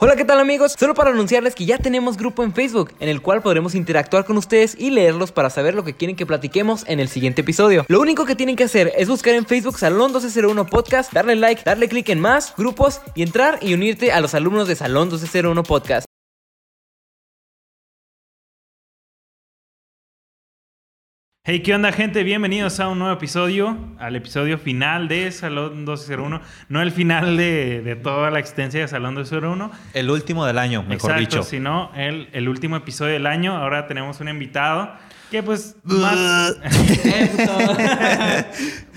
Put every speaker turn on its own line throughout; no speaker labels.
Hola, ¿qué tal amigos? Solo para anunciarles que ya tenemos grupo en Facebook, en el cual podremos interactuar con ustedes y leerlos para saber lo que quieren que platiquemos en el siguiente episodio. Lo único que tienen que hacer es buscar en Facebook Salón 1201 Podcast, darle like, darle clic en más, grupos y entrar y unirte a los alumnos de Salón 1201 Podcast.
Hey, ¿qué onda, gente? Bienvenidos a un nuevo episodio, al episodio final de Salón 1201. No el final de, de toda la existencia de Salón 1201.
El último del año, mejor
Exacto,
dicho.
sino el, el último episodio del año. Ahora tenemos un invitado que, pues, más,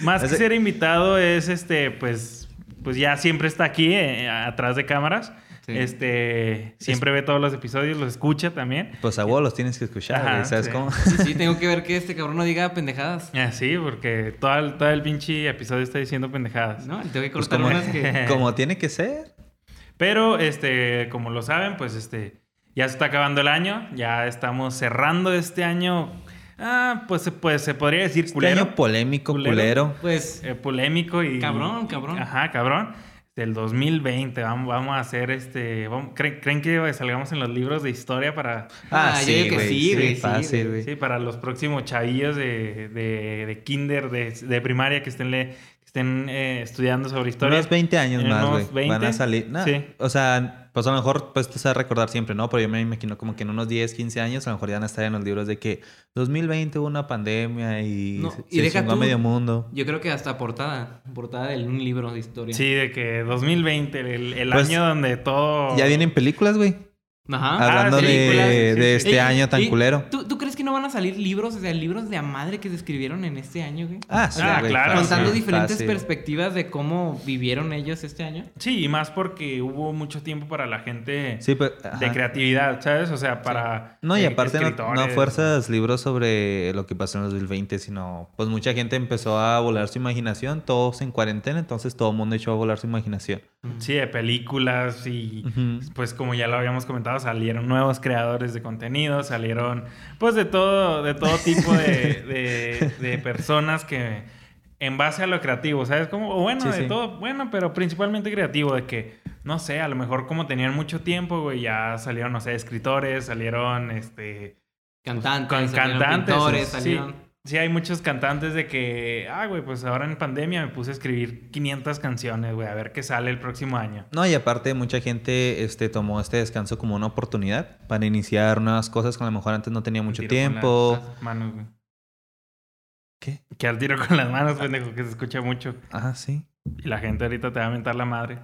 más que
Ese-
ser invitado es este, pues, pues ya siempre está aquí, eh, atrás de cámaras.
Sí.
Este, siempre ve todos los episodios, los escucha también.
Pues a vos los tienes que escuchar,
Ajá,
güey, ¿sabes
sí.
cómo? Pues
Sí, tengo que ver que este cabrón no diga pendejadas.
Ah, sí, porque todo el, todo el pinche episodio está diciendo pendejadas.
No, tengo que
Pues como, como tiene que ser.
Pero, este, como lo saben, pues este, ya se está acabando el año, ya estamos cerrando este año, ah, pues, se- pues se podría decir
Este
culero,
año polémico,
Culero.
culero.
Pues,
eh, polémico y...
Cabrón, cabrón.
Ajá, cabrón. Del 2020, vamos, vamos a hacer este... vamos- ¿creen, creen que salgamos en los libros de historia para...
Ah,
Ah, yo
sí,
digo que
güey.
sí,
Sí,
güey, sí,
fácil,
güey.
güey.
Sí, para los próximos chavillos de, de, de kinder, de, de primaria que estén, le- que estén eh, estudiando sobre historia.
Unos 20 años
En unos
más, güey. Van
20.
a salir. nah,
Sí.
O sea, pues a lo mejor pues te vas a recordar siempre, ¿no? Pero yo me imagino como que en unos 10, 15 años a lo mejor ya van a estar en los libros de que 2020 hubo una pandemia y,
No,
se-
y
se
deja
chingó a
tú.
medio mundo.
yo creo que hasta portada, portada de un libro de historia.
Sí, de que 2020, el, el
Pues,
año donde todo...
Ya vienen películas, güey.
Ajá.
hablando
sí, Oh. Ah, películas,
de,
sí,
de
sí.
este
Ey,
año tan
ey,
culero.
¿tú, tú crees que no van a salir libros, o sea, libros de a madre que se escribieron en este año, güey?
Ah, sí,
Ah,
güey,
claro,
fácil,
Contando
sí,
diferentes
fácil.
perspectivas de cómo vivieron ellos este año.
Sí, y más porque hubo mucho tiempo para la gente
Sí, pero,
de
ajá.
creatividad, ¿sabes? O sea, para...
No, y
eh,
aparte no, no
escritores.
fuerzas libros sobre lo que pasó en el 2020, sino pues mucha gente empezó a volar su imaginación, todos en cuarentena, entonces todo el mundo echó a volar su imaginación.
mm, Sí, de películas y...
Ujú.
Pues como ya lo habíamos comentado, salieron nuevos creadores de contenido, salieron pues de todo, de todo tipo de, de- de personas que en base a lo creativo, ¿sabes? Como, o bueno,
Sí,
de
sí.
todo, bueno, pero principalmente creativo, de que, no sé, a lo mejor como tenían mucho tiempo, güey, ya salieron, no sé, escritores, salieron, este,
Cantantes,
con
salieron
cantantes.
pintores,
sí,
salieron...
sí, hay muchos cantantes de que, ah, güey, pues ahora en pandemia me puse a escribir 500 canciones, güey, a ver qué sale el próximo año.
No, y aparte mucha gente este, tomó este descanso como una oportunidad para iniciar nuevas cosas que a lo mejor antes no tenía mucho
Tiro con
tiempo.
las manos, güey.
¿Qué?
Que al tiro con las manos, pendejo, que se escucha mucho.
Ah, sí.
Y la gente ahorita te va a mentar la madre.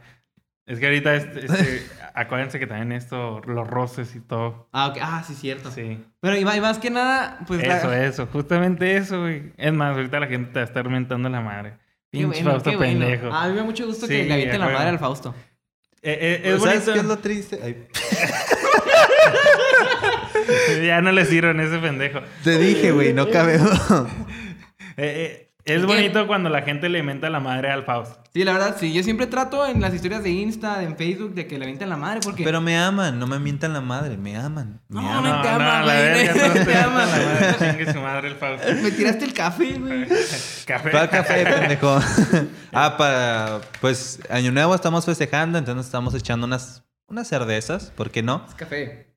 Es que ahorita, este, este, acuérdense que también esto, los roces y todo.
Ah, ok. Ah, sí, cierto.
Sí.
Pero y ma- y más que nada, pues... la-
eso, eso. Justamente eso, güey. Es más, ahorita la gente te va a estar mentando la madre.
Qué
Pinche
bueno,
Fausto
qué bueno.
pendejo.
Ah, Pues, a mí me da mucho gusto que
Sí,
le avienten
a
la
huevo.
madre al Fausto.
Eh, eh, es
¿Sabes
bonito.
qué es lo triste? Ay,
ya no le sirven ese pendejo.
te dije, güey, no cabe.
Eh, eh, es
¿Qué?
bonito cuando la gente le menta la madre al Fausto.
Sí, la verdad, sí. Yo siempre trato en las historias de Insta, de en Facebook, de que le avienten la madre porque...
Pero me aman, no me mientan la madre, me aman. Me
No,
aman.
no te ama,
la
güey.
verga,
No
todos
te
mentan
ama.
La madre, chingue su madre el Fausto.
Me tiraste el café, güey.
Café.
Para café, pendejo. ah, para. Pues Año Nuevo estamos festejando, entonces estamos echando unas, unas cervezas, ¿por qué no?
Es café.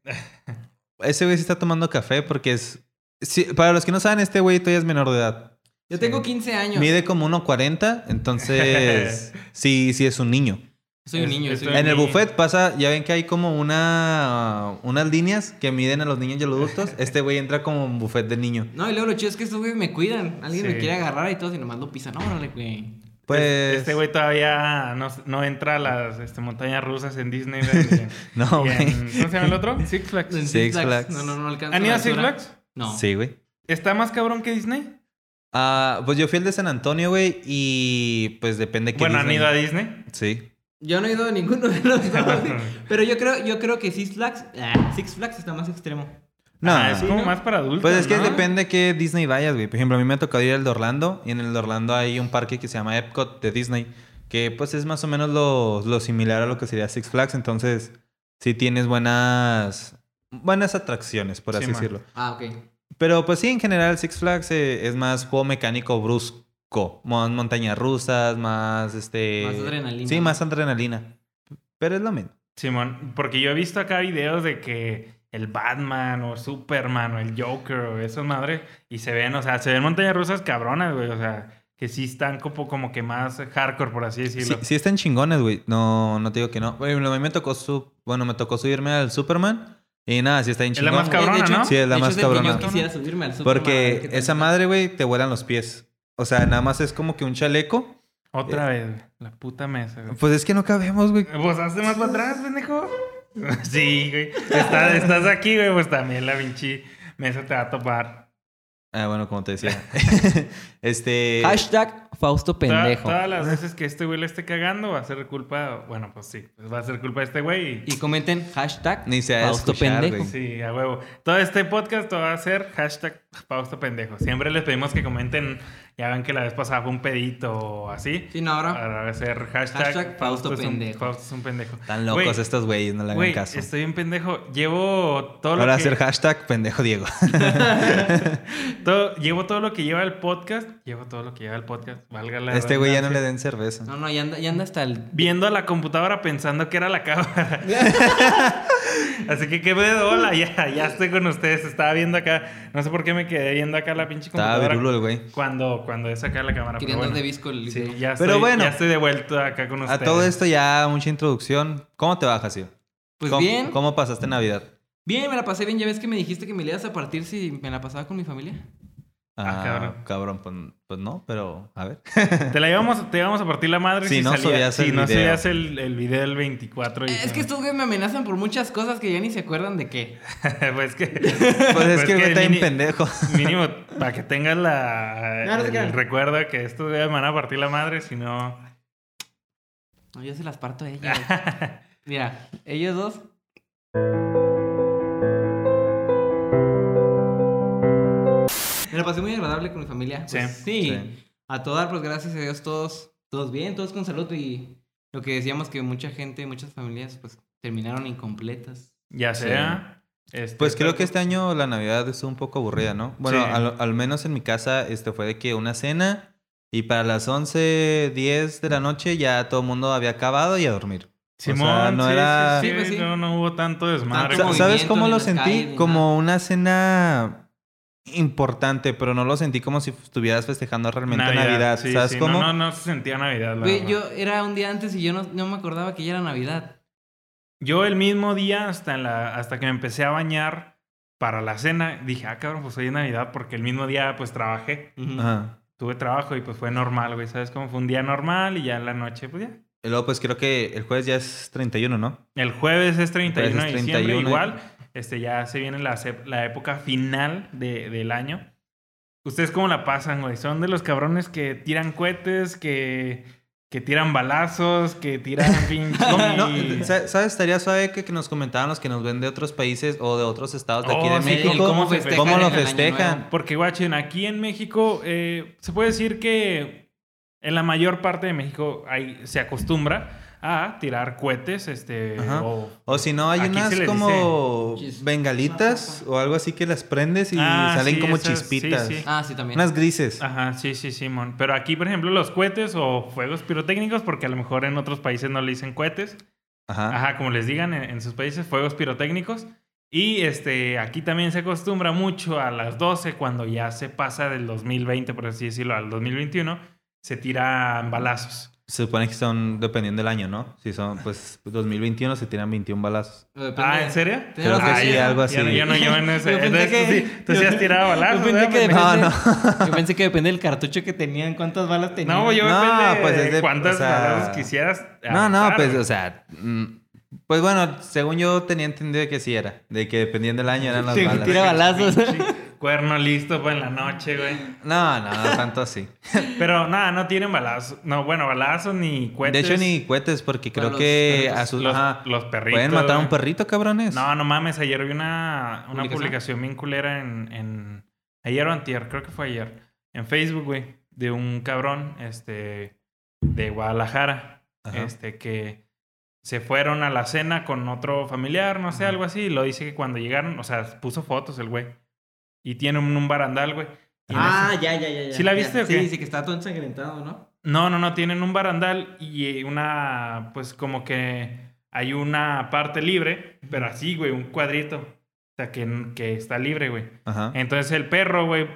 Ese güey sí está tomando café porque es. sí, para los que no saben, este güey todavía es menor de edad.
Yo
Sí.
tengo 15 años.
Mide como 1.40, entonces. sí, sí es un niño.
Soy un niño.
Estoy-
soy un
En el
niño.
buffet pasa, ya ven que hay como una. unas líneas que miden a los niños y a los adultos. Este güey entra como un buffet de niño.
No, y luego lo chido es que estos güeyes me cuidan. Alguien me
Sí.
quiere agarrar y todo, y nomás lo pisan. Órale, güey.
Pues.
Este güey todavía no, no entra a las este, montañas rusas en Disney. ¿verdad?
No,
Y en-
Oh, güey.
¿Cómo se llama el otro? Six Flags.
En
Six Flags.
No, no, no alcanza.
¿Han
la
ido a Six
altura.
Flags?
No.
Sí, güey.
¿Está más cabrón que Disney?
Ah, pues yo fui al de San Antonio, güey, y pues depende que
Bueno, han ido a Disney.
Sí.
Yo no he ido a ninguno de los dos. Pero yo creo, yo creo que Six Flags, ah, Six Flags está más extremo.
No.
Ah, es como
¿no?
más para adultos.
Pues es que
¿no?
depende que Disney vayas, güey. Por ejemplo, a mí me ha tocado ir al de Orlando y en el de Orlando hay un parque que se llama Epcot de Disney, que pues es más o menos lo, lo similar a lo que sería Six Flags, entonces sí tienes buenas buenas atracciones, por
Sí,
así
man.
decirlo.
Ah, ok.
Pero pues sí, en general Six Flags eh, es más juego mecánico brusco, más montañas rusas, más este
Más adrenalina.
Sí, más adrenalina. Pero es lo mismo.
Simón, porque yo he visto acá videos de que el Batman o Superman o el Joker o esas madres, y se ven, o sea, se ven montañas rusas cabronas, güey, o sea, que sí están como, como que más hardcore, por así
Sí,
decirlo.
sí están chingones, güey. No, no te digo que no. Por ejemplo, a mí me tocó, su... bueno, me tocó subirme al Superman y nada, sí está bien
Es la
chingón.
más
güey.
cabrona, ¿no?
Sí, es
De
la
hecho,
más
el que
cabrona.
Yo quisiera subirme al Superman, a ver
Porque
qué tal
esa
está.
madre, güey, te vuelan los pies. O sea, nada más es como que un chaleco.
Otra
eh,
vez, güey, la puta mesa, güey.
Pues es que no cabemos, güey.
Pues hazte más para atrás, pendejo. Sí, güey. Está- estás aquí, güey, pues también la pinche mesa te va a topar.
Ah, bueno, como te decía. este.
Hashtag Fausto
Toda-
Pendejo.
todas las veces que este güey le esté cagando va a ser culpa, bueno, pues sí, pues va a ser culpa de este güey. Y,
Y comenten hashtag
Ni se ha de
Fausto
escuchar,
Pendejo.
güey.
sí, a huevo. Todo este podcast va a ser hashtag Fausto Pendejo. Siempre les pedimos que comenten, ya ven que la vez pasada fue un pedito o así.
Sí, no,
Ah.
ahora.
Ahora va a ser hashtag,
Hashtag Fausto
es un-
Pendejo.
Fausto es un pendejo.
Están locos
Güey,
estos güeyes, no le hagan
Güey,
caso.
estoy un pendejo. Llevo todo
Ahora
lo que...
hacer hashtag pendejo Diego.
Todo- llevo todo lo que lleva el podcast. Llevo todo lo que lleva el podcast. Valga la
este güey ya no le
redundancia.
den cerveza.
No, no, ya anda, ya anda hasta el.
Viendo a la computadora pensando que era la cámara. Así que qué pedo, hola, ya, ya estoy con ustedes. Estaba viendo acá. No sé por qué me quedé viendo acá la pinche
Estaba
computadora.
virulo el güey.
Cuando, cuando es acá la cámara.
Quería
pero
andar
bueno.
de visco el.
Sí, ya
Pero
estoy,
bueno.
ya estoy de vuelta acá con
A
ustedes.
todo esto ya mucha introducción. ¿Cómo te bajas, Diego?
Pues
¿Cómo,
bien.
¿Cómo pasaste Navidad?
Bien, me la pasé bien. Ya ves que me dijiste que me le ibas a partir si me la pasaba con mi familia.
Ah,
Ah,
cabrón.
cabrón.
pues, pues no, pero a ver.
Te la íbamos, te íbamos a partir la madre
Si no subías
si
el
no
video.
subías el, el video del 24. y-
Es que estos güeyes me amenazan por muchas cosas que ya ni se acuerdan de qué.
pues que.
Pues, es que, güey, está bien
mini-
pendejo.
Mínimo, para que tengas la,
No, no se
el,
crean.
recuerdo de que estos días me van a partir la madre, si no...
No, yo se las parto a ella. güey. Mira, ellos dos. Me la pasé muy agradable con mi familia. Pues, sí.
Sí.
Sí.
A todo dar, pues gracias a Dios, todos, todos bien, todos con salud. Y lo que decíamos que mucha gente, muchas familias, pues terminaron incompletas.
Ya sea... este,
Pues creo que este año la Navidad estuvo un poco aburrida, ¿no? Bueno,
Sí.
al, al menos en mi casa este fue de que una cena y para las 11, 10 de la noche ya todo el mundo había acabado y a dormir.
Simón,
o sea, no
sí,
era-
sí,
Sí, pues, sí.
No, no hubo tanto
Tanto
desmadre.
Sa-
como-
movimiento.
¿Sabes cómo
ni
lo
las calles,
sentí?
ni
Como una cena importante, pero no lo sentí como si estuvieras festejando realmente Navidad.
sí,
¿Sabes
sí.
cómo?
No, no, no se sentía Navidad, la
Güey,
verdad.
yo era un día antes y yo no, no me acordaba que ya era Navidad.
Yo el mismo día, hasta, en la, hasta que me empecé a bañar para la cena, dije, ah, cabrón, pues hoy es Navidad, porque el mismo día, pues, trabajé.
Ajá.
Tuve trabajo y, pues, fue normal, güey. ¿Sabes cómo? Fue un día normal y ya en la noche, pues, ya,
Y luego, pues creo que el jueves ya es 31, ¿no?
El jueves es 31 de
Jueves es
diciembre,
31.
igual. Este, ya se viene la, sep- la época final de- del año. ¿Ustedes cómo la pasan, güey? ¿Son de los cabrones que tiran cohetes, que, que tiran balazos, que tiran pinche...
No, eh, sa- ¿Sabes? Estaría suave que, que nos comentaban los que nos ven de otros países o de otros estados de aquí
Oh,
de
sí,
México.
el
¿Cómo,
cómo
festejan
lo
el año
festejan?
nuevo.
Porque, guachen, aquí en México eh, se puede decir que en la mayor parte de México hay, se acostumbra a tirar cohetes, este...
Ajá.
o-
O si no, hay
Aquí se
unas
les
como
dice-
bengalitas o algo así que las prendes y
Ah,
salen
sí,
como
esas, sí,
chispitas.
sí.
Ah, sí, también.
Unas grises.
Ajá, sí, sí, Simón. Pero aquí, por ejemplo, los cohetes o fuegos pirotécnicos, porque a lo mejor en otros países no le dicen cohetes.
Ajá.
Ajá, como les digan en, en sus países, fuegos pirotécnicos. Y este, aquí también se acostumbra mucho a las 12, cuando ya se pasa del 2020, por así decirlo, al 2021, se tiran balazos.
Se supone que son dependiendo del año, ¿no? Si son, pues, 2021 se tiran 21 balazos.
Depende.
Ah, ¿en serio?
Creo que
Ah,
sí,
ya-
algo así.
Ya, no- ya no llevan ese.
Yo pensé
Entonces, tú
que-
sí- tú sí has tirado balazos.
Yo pensé,
¿verdad,
que
pendejo?
depende,
No,
yo pensé que depende del cartucho que tenían, cuántas balas tenían.
No, yo
No,
depende
pues,
de
es de-
cuántas
o sea,
balazos quisieras.
No, no,
aventar,
pues,
güey.
o sea... mm, Pues bueno, según yo tenía entendido que sí era. De que dependiendo del año eran las
Sí,
balas.
tira balazos.
Cuerno listo para en la noche, güey.
No, no, no tanto así.
Pero nada, no tienen balazos. No, bueno, balazos ni
De
cohetes.
hecho, ni cohetes, porque creo
Pero los
que
perritos-
a sus-
los,
ajá.
los perritos.
pueden matar a un
güey.
perrito, cabrones.
No, no mames. Ayer vi una, una
¿Publicación?
publicación bien culera en, en... Ayer o antier, creo que fue ayer. En Facebook, güey. De un cabrón, este... De Guadalajara.
Ajá.
Este, que... Se fueron a la cena con otro familiar, no sé, algo así. Y lo dice que cuando llegaron... O sea, puso fotos el güey. Y tiene un, un barandal, güey. Y en
Ah, ya, ya, ya. ya.
¿Sí la viste
Ya.
o qué?
Sí, sí, que está todo ensangrentado, ¿no?
No, no, no, tienen un barandal y una, pues como que hay una parte libre, pero así, güey, un cuadrito. O sea, que, que está libre, güey.
Ajá.
Entonces el perro, güey,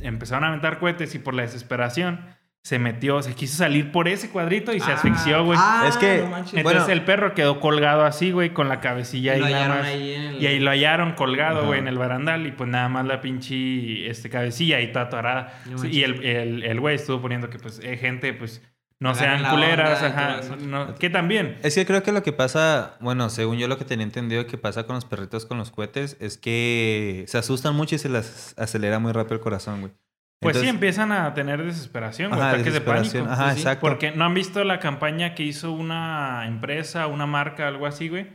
empezaron a aventar cohetes y por la desesperación se metió, se quiso salir por ese cuadrito y se
Ah,
asfixió, güey.
ah,
Es que-
no manches.
Entonces
bueno.
el perro quedó colgado así, güey, con la cabecilla
Y
y
lo
nada
hallaron
más.
ahí en el-
Y ahí lo hallaron colgado,
Ajá.
güey, en el barandal. Y pues nada más la pinche este, cabecilla ahí toda atorada.
No manches.
y el, el, el güey estuvo poniendo que, pues, eh, gente, pues, no
Agarren
sean
la
culeras,
onda y
ajá.
todo eso.
no- que también.
Es que creo que lo que pasa, bueno, según yo lo que tenía entendido que pasa con los perritos con los cohetes es que se asustan mucho y se les acelera muy rápido el corazón, güey.
Pues sí,
Entonces-
empiezan a tener desesperación, güey,
Ajá,
ataques de
desesperación.
pánico.
Ajá,
Pues sí,
exacto.
Porque no han visto la campaña que hizo una empresa, una marca, algo así, güey.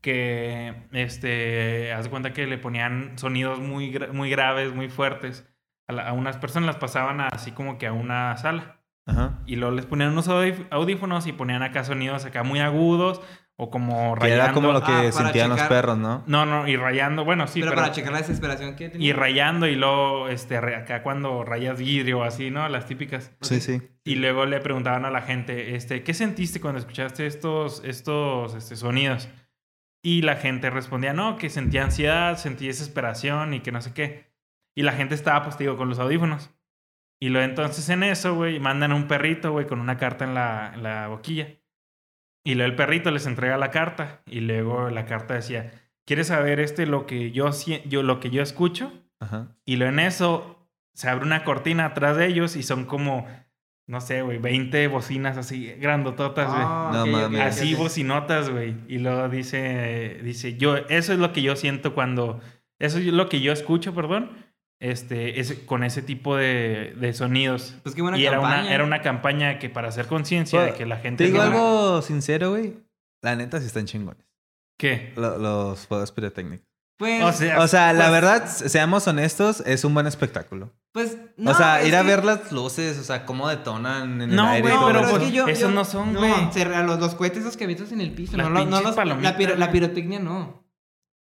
Que, este, haz de cuenta que le ponían sonidos muy, gra- muy graves, muy fuertes. A, la- a unas personas las pasaban a- así como que a una sala.
Ajá.
Y luego les ponían unos audif- audífonos y ponían acá sonidos acá muy agudos o como
Que
rayando.
era como lo que
Ah, para
sentían los
checar.
perros, ¿no?
No, no, y rayando. Bueno, sí,
pero,
pero...
para checar la desesperación que tenía.
y rayando y luego, este, re- acá cuando rayas vidrio así, ¿no? Las típicas.
Sí, sí.
Y luego le preguntaban a la gente, este, ¿qué sentiste cuando escuchaste estos, estos este, sonidos? Y la gente respondía, no, que sentía ansiedad, sentí desesperación y que no sé qué. Y la gente estaba, pues, te digo, con los audífonos. Y luego entonces en eso, güey, mandan a un perrito, güey, con una carta en la, en la boquilla. Y luego el perrito les entrega la carta. Y luego la carta decía, ¿quieres saber este lo que yo, sien- yo, lo que yo escucho?
Ajá.
Y lo en eso se abre una cortina atrás de ellos y son como, no sé, güey, 20 bocinas así grandototas, güey.
Ah,
No
ok, ok,
mames.
ok,
así
ok.
bocinotas, güey. Y luego dice, dice, yo, eso es lo que yo siento cuando, eso es lo que yo escucho, perdón, este, ese- con ese tipo de, de sonidos.
Pues qué buena
y era
campaña.
una, era una campaña que para hacer conciencia de
Pues,
que la gente...
Te digo
no-
algo sincero, güey. La neta sí están chingones.
¿Qué?
Lo- los juegos pirotécnicos.
Pues,
O sea,
O sea, la
Pues-
verdad, se- seamos honestos, es un buen espectáculo.
pues, no,
o sea,
es
ir a
que-
ver las luces, o sea, cómo detonan en
No,
el aire. y
güey,
todo
pero
eso.
pues- esos no son,
No,
güey.
se- a los, los cohetes esos que avientas en el piso.
Las
no, lo- no
pinches
los,
palomitas,
la, piro-
güey.
la pirotecnia no.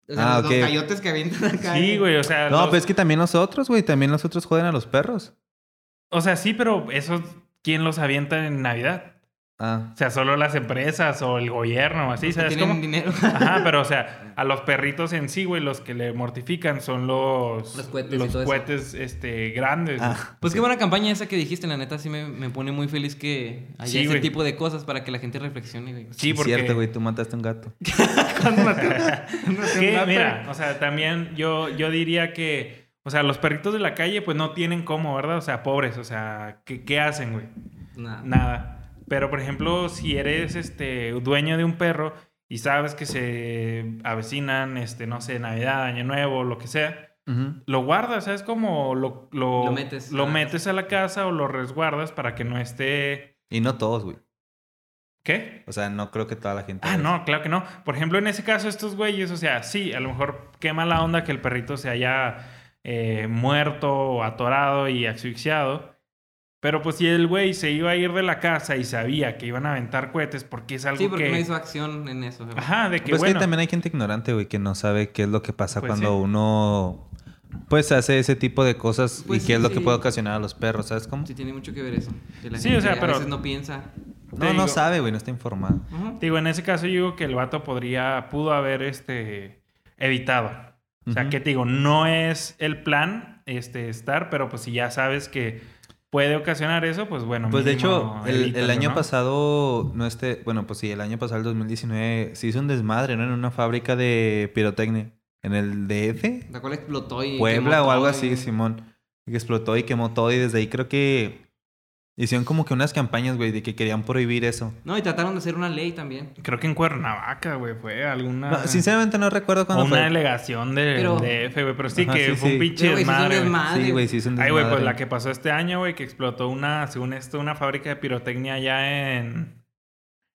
O sea,
Ah,
los,
ok.
los cayotes que avientan acá.
Sí, güey, o sea...
No, pues
los-
pero es que también nosotros, güey, también nosotros joden a los perros.
O sea, sí, pero esos, ¿quién los avienta en Navidad?
Ah.
O sea, solo las empresas o el gobierno, así,
que
¿sabes
tienen
cómo?
dinero.
Ajá, pero o sea, a los perritos en sí, güey, los que le mortifican son los...
Los cohetes y
los
todo eso.
cohetes, este, grandes.
Ah.
Pues qué buena campaña esa que dijiste, la neta sí me, me pone muy feliz que haya
Sí,
ese
güey.
tipo de cosas para que la gente reflexione, güey. Pues,
Sí,
es
porque...
cierto, güey, tú mataste a un gato.
Que, mira, o sea, también yo, yo diría que... O sea, los perritos de la calle, pues no tienen cómo, ¿verdad? O sea, pobres, o sea, ¿qué, qué hacen, güey?
Nah.
Nada. Pero, por ejemplo, si eres este dueño de un perro y sabes que se avecinan, este, no sé, Navidad, Año Nuevo, lo que sea...
Ujú.
lo guardas, ¿sabes? Como lo, lo,
Lo metes
lo
a la
metes a la casa o lo resguardas para que no esté...
Y no todos, güey.
¿Qué?
O sea, no creo que toda la gente.
Pues
Ah,
haga eso.
no, claro que no. Por ejemplo, en ese caso, estos güeyes, o sea, sí, a lo mejor qué mala onda que el perrito se haya eh, muerto o atorado y asfixiado. Pero pues si el güey se iba a ir de la casa y sabía que iban a aventar cohetes porque es algo
Sí, porque
que...
no hizo acción en eso. güey.
Ajá, de que
Pues
bueno...
que también hay gente ignorante, güey, que no sabe qué es lo que pasa
Pues
cuando
sí.
uno pues hace ese tipo de cosas
Pues
y
sí,
qué es lo
sí.
que puede ocasionar a los perros, ¿sabes cómo?
Sí tiene mucho que ver eso. Que la
Sí,
gente
o sea,
a
pero-
veces no piensa.
No,
Te digo-
no sabe, güey, no está informado.
Ajá.
Digo, en ese caso yo digo que el vato podría, pudo haber este, evitado. O sea,
Ujú.
que te digo, no es el plan este, estar, pero pues si ya sabes que puede ocasionar eso, pues bueno.
Pues de
mínimo
hecho, el, el
evítalo,
año
¿no?
pasado, no este, bueno, pues sí, el año pasado, el 2019, se hizo un desmadre, ¿no? En una fábrica de pirotecnia, en el DF,
La cual explotó y.
Puebla
quemó
o algo
todo
así,
y-
Simón. Que explotó y quemó todo y desde ahí creo que hicieron como que unas campañas, güey, de que querían prohibir eso.
No, y trataron de hacer una ley también.
Creo que en Cuernavaca, güey, fue alguna...
No, sinceramente no recuerdo
Ah. o
Ah, cuándo
una
fue.
delegación del
Pero-
DF, güey, pero sí
Ajá,
que
sí,
fue
sí.
un pinche
Pero, güey, sí es un
desmadre, güey.
desmadre.
Sí, güey, sí, es un
Ay, güey, pues
desmadre.
la que pasó este año, güey, que explotó una, según esto, una fábrica de pirotecnia allá en...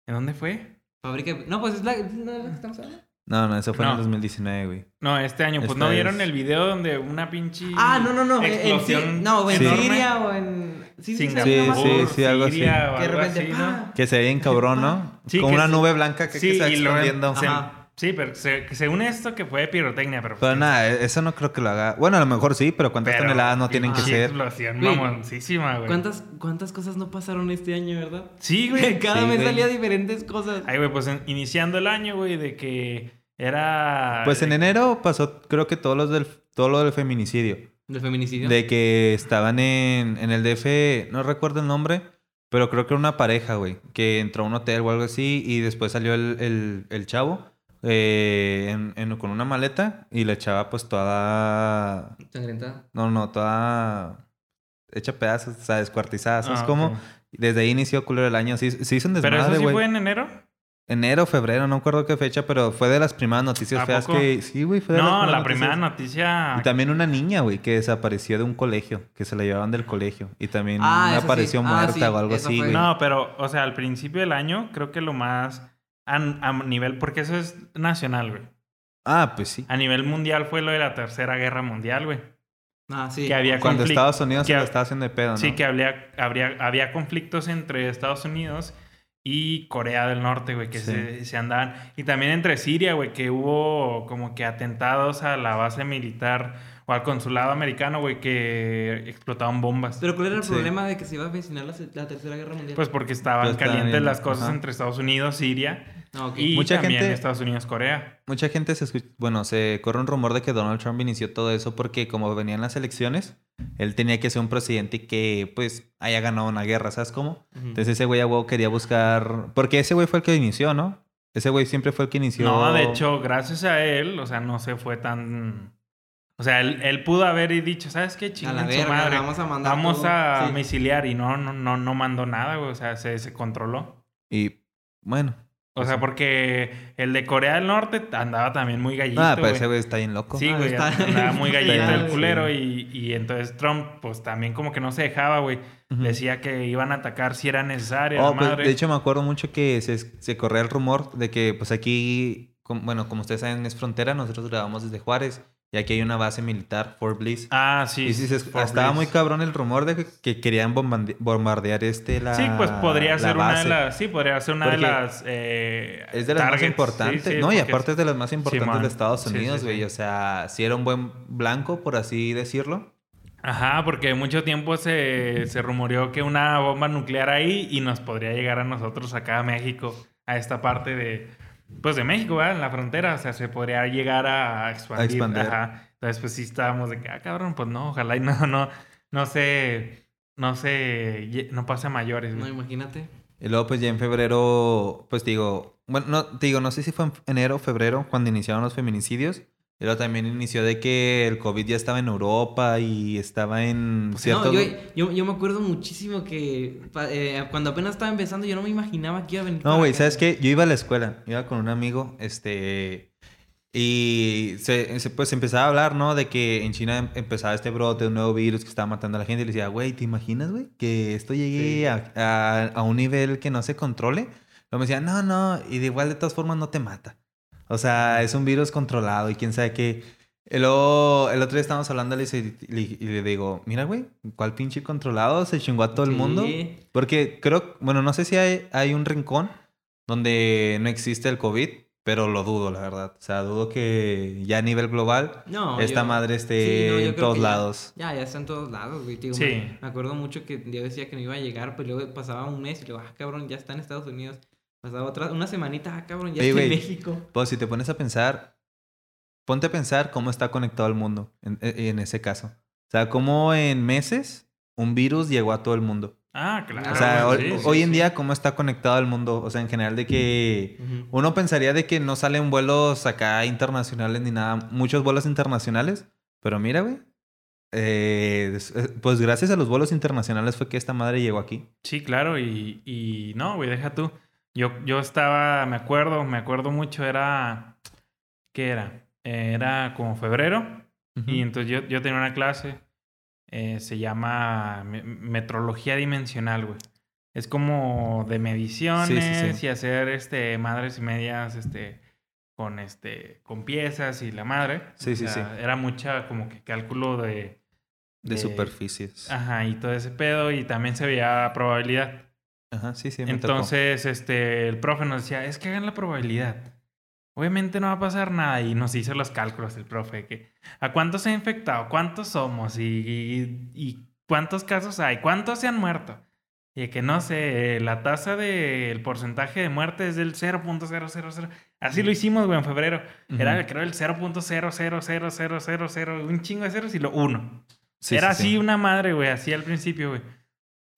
¿En dónde fue?
Fabrica. No, pues es la. ¿no es la que estamos hablando?
No, no, eso fue en
No.
el 2019, güey.
No, este año. Pues
Esta
no vieron
es-
el video donde una pinche.
Ah, no, no, no. en- En,
Explosión.
Sir- no, en
Sí.
Siria o en. Sí, sí, sí.
Sí,
no,
Singapur,
sí,
sí,
sí, algo así.
Siria, o
Que de
algo
repente. ah,
así, ¿no?
¡pa!
Que se ve bien cabrón, ¿no?
Sí,
Con
que
una
sí.
nube blanca que, que
Sí,
se va
y luego-
expandiendo.
se-
Ajá.
Sí, pero se- según esto que fue pirotecnia, pero... pues,
Pero nada, e-, eso no creo que lo haga. Bueno, a lo mejor sí, pero ¿cuántas
Pero,
toneladas no tienen que
pinche
ser?
explosión
Güey.
mamoncísima, güey.
¿Cuántas, ¿Cuántas cosas no pasaron este año, verdad?
Sí, güey.
Cada
Sí,
mes
güey.
salía diferentes cosas.
Ay, güey, pues en- iniciando el año, güey, de que era...
Pues en
de-
enero pasó, creo que todos los del, todo lo del feminicidio.
¿Del feminicidio?
De que estaban en, en el DF, no recuerdo el nombre, pero creo que era una pareja, güey, que entró a un hotel o algo así y después salió el, el- el chavo eh, en- en- con una maleta y la chava pues toda...
Sangrentada.
No, no, toda hecha pedazos, o sea, descuartizada, ¿sabes
Ah,
cómo?
ok.
Desde ahí inició culero el año, se, hizo- se hizo un
Pero eso
desmadre,
sí
güey.
fue en enero.
Enero, febrero, no me acuerdo qué fecha, pero fue de las primeras noticias
¿A
feas
poco?
que... Sí, güey, fue de las
No,
primeras
la
noticias.
primera noticia.
Y también una niña, güey, que desapareció de un colegio, que se la llevaban del colegio. Y también
Ah, esa sí.
apareció
Ah,
muerta
sí,
o algo
esa
así,
fue.
güey.
No, pero, o sea, al principio del año, creo que lo más a, a nivel, porque eso es nacional, güey.
Ah, pues sí.
A nivel mundial fue lo de la Tercera Guerra Mundial, güey.
Ah, sí.
Que había
Cuando
conflic-
Estados Unidos se
que-
la estaba haciendo de pedo, ¿no?
Sí, que habría, habría, había conflictos entre Estados Unidos y Corea del Norte, güey, que
Sí.
se, se andaban. Y también entre Siria, güey, que hubo como que atentados a la base militar o al consulado americano, güey, que explotaban bombas.
Pero ¿cuál era el
Sí.
problema de que se iba a mencionar la, se- la Tercera Guerra Mundial?
Pues porque estaban
Pues estaban
calientes
viendo,
las cosas
ajá.
entre Estados Unidos, Siria
Ah, ok.
Pues, y
Mucha
también
gente-
Estados Unidos-Corea.
Mucha gente se escucha... Bueno, se corre un rumor de que Donald Trump inició todo eso porque como venían las elecciones, él tenía que ser un presidente que, pues, haya ganado una guerra, ¿sabes cómo?
Ujú.
Entonces ese güey a huevo quería buscar... Porque ese güey fue el que inició, ¿no? Ese güey siempre fue el que inició...
No, de hecho, gracias a él, o sea, no se fue tan... O sea, él, él pudo haber y dicho, ¿sabes qué?
a
Chinguen
la
su
verga,
madre.
la vamos a mandar
Vamos
todo.
a
Sí.
misiliar y no, no, no, no mandó nada, güey. O sea, se, se controló.
Y, bueno...
O
Pues
sea, porque el de Corea del Norte andaba también muy gallito,
Ah, pero
güey.
ese güey está bien loco.
Sí,
Ah,
güey,
está-
andaba muy gallito
está
el
bien.
culero y, y entonces Trump, pues también como que no se dejaba, güey.
Ujú.
Decía que iban a atacar si era necesario,
Oh,
la
pues,
madre.
de hecho, me acuerdo mucho que se, se corría el rumor de que, pues aquí, com- bueno, como ustedes saben, es frontera, nosotros grabamos desde Juárez y aquí hay una base militar, Fort Bliss.
ah, sí.
y sí, se-
por
estaba
Bliss.
muy cabrón el rumor de que, que querían bombande- bombardear este la.
Sí, pues podría
la
ser una de
base.
las... Sí, podría ser una de
Porque
las... eh,
Es de las más
targets.
importantes,
Sí, sí,
¿no? Y
porque-
aparte es de las más importantes
Simón.
de Estados
Sí, sí,
Unidos, güey.
sí.
O sea, si era un buen blanco, por así decirlo.
Ajá, porque mucho tiempo se, se rumoreó que una bomba nuclear ahí y nos podría llegar a nosotros acá a México, a esta parte de, pues de México, ¿verdad? En la frontera, o sea, se podría llegar a expandir.
A expandir.
Ajá. Entonces, pues sí estábamos de que, ah, cabrón, pues no, ojalá y no, no, no se, no se, lle- no pase a mayores.
No,
güey.
imagínate.
Y luego, pues ya en febrero, pues digo, bueno, no, te digo, no sé si fue en enero o febrero cuando iniciaron los feminicidios. Y luego también inició de que el COVID ya estaba en Europa y estaba en
Pues
ciertos...
No, yo, yo, yo me acuerdo muchísimo que pa- eh, cuando apenas estaba empezando yo no me imaginaba que iba a venir.
No,
para
güey,
acá.
¿sabes qué? Yo iba a la escuela, iba con un amigo, este... Y se, se- pues empezaba a hablar, ¿no? De que en China em- empezaba este brote, un nuevo virus que estaba matando a la gente. Y le decía, güey, ¿te imaginas, güey? Que esto llegue
Sí.
a, a- a un nivel que no se controle. Luego me decía, no, no. Y de igual, de todas formas, no te mata. O sea, es un virus controlado y quién sabe qué. Y luego, el otro día estábamos hablando y le, y le digo, mira, güey, ¿cuál pinche controlado? Se chingó a todo el
Sí.
mundo. Porque creo, bueno, no sé si hay, hay un rincón donde no existe el COVID, pero lo dudo, la verdad. O sea, dudo que ya a nivel global
No,
esta
yo-
madre
Sí,
esté
no, yo
en
creo
todos
que ya-
lados.
Ya, ya está en todos lados, güey. Digo,
Sí.
me, me acuerdo mucho que yo decía que no iba a llegar, pues luego pasaba un mes y luego, ah, cabrón, ya está en Estados Unidos. Pasaba otra, una semanita, ah, cabrón, ya
Ey,
está en
güey.
México.
Pues si te pones a pensar, ponte a pensar cómo está conectado el mundo en, e, en ese caso. O sea, cómo en meses un virus llegó a todo el mundo.
Ah, claro.
O sea,
güey,
hoy,
sí, sí,
hoy en
sí.
día cómo está conectado el mundo. O sea, en general de que...
Ujú.
Uno pensaría de que no salen vuelos acá internacionales ni nada, muchos vuelos internacionales, pero mira, güey. eh, es- eh, pues gracias a los vuelos internacionales fue que esta madre llegó aquí.
Sí, claro, y, y no, güey, deja tú. Yo, yo estaba, me acuerdo, me acuerdo mucho, era, ¿qué era? Eh, Era como febrero, y entonces yo, yo tenía una clase, eh, se llama me- metrología dimensional, güey. Es como de mediciones y hacer este madres y medias, este, con este, con piezas y la madre.
Sí, sí, sí.
Era mucha como que cálculo de,
de
de- Ah.
superficies.
ajá, y todo ese pedo, y también se veía probabilidad.
Ajá, sí, sí. me tocó.
Entonces, este, el profe nos decía, es que hagan la probabilidad. Obviamente no va a pasar nada y nos hizo los cálculos el profe que a cuántos se ha infectado, cuántos somos y, y- y cuántos casos hay, cuántos se han muerto. Y de que no sé, la tasa del porcentaje de muerte es del 0.000. Así lo hicimos, güey, en febrero. Era, creo, el 0.0000000, un chingo de ceros y lo uno.
Sí,
Era
sí,
así
sí.
una madre, güey, así al principio, güey.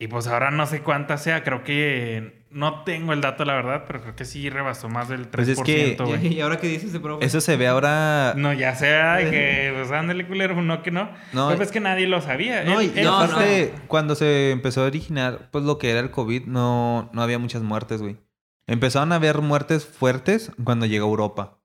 Y pues ahora no sé cuánta sea, creo que no tengo el dato, la verdad, pero creo que sí rebasó más del 3%.
Pues es que-
güey.
¿Y ahora qué dices de profe?
Eso se ve ahora.
No, ya sé, ¿verdad? De que, pues ándale, culero, no que no.
No,
Pero es que nadie lo sabía.
No, y,
Él-
y
él-
no,
aparte, cuando se empezó a originar, pues lo que era el COVID, no, no había muchas muertes, güey. Empezaron a haber muertes fuertes cuando llegó a Europa.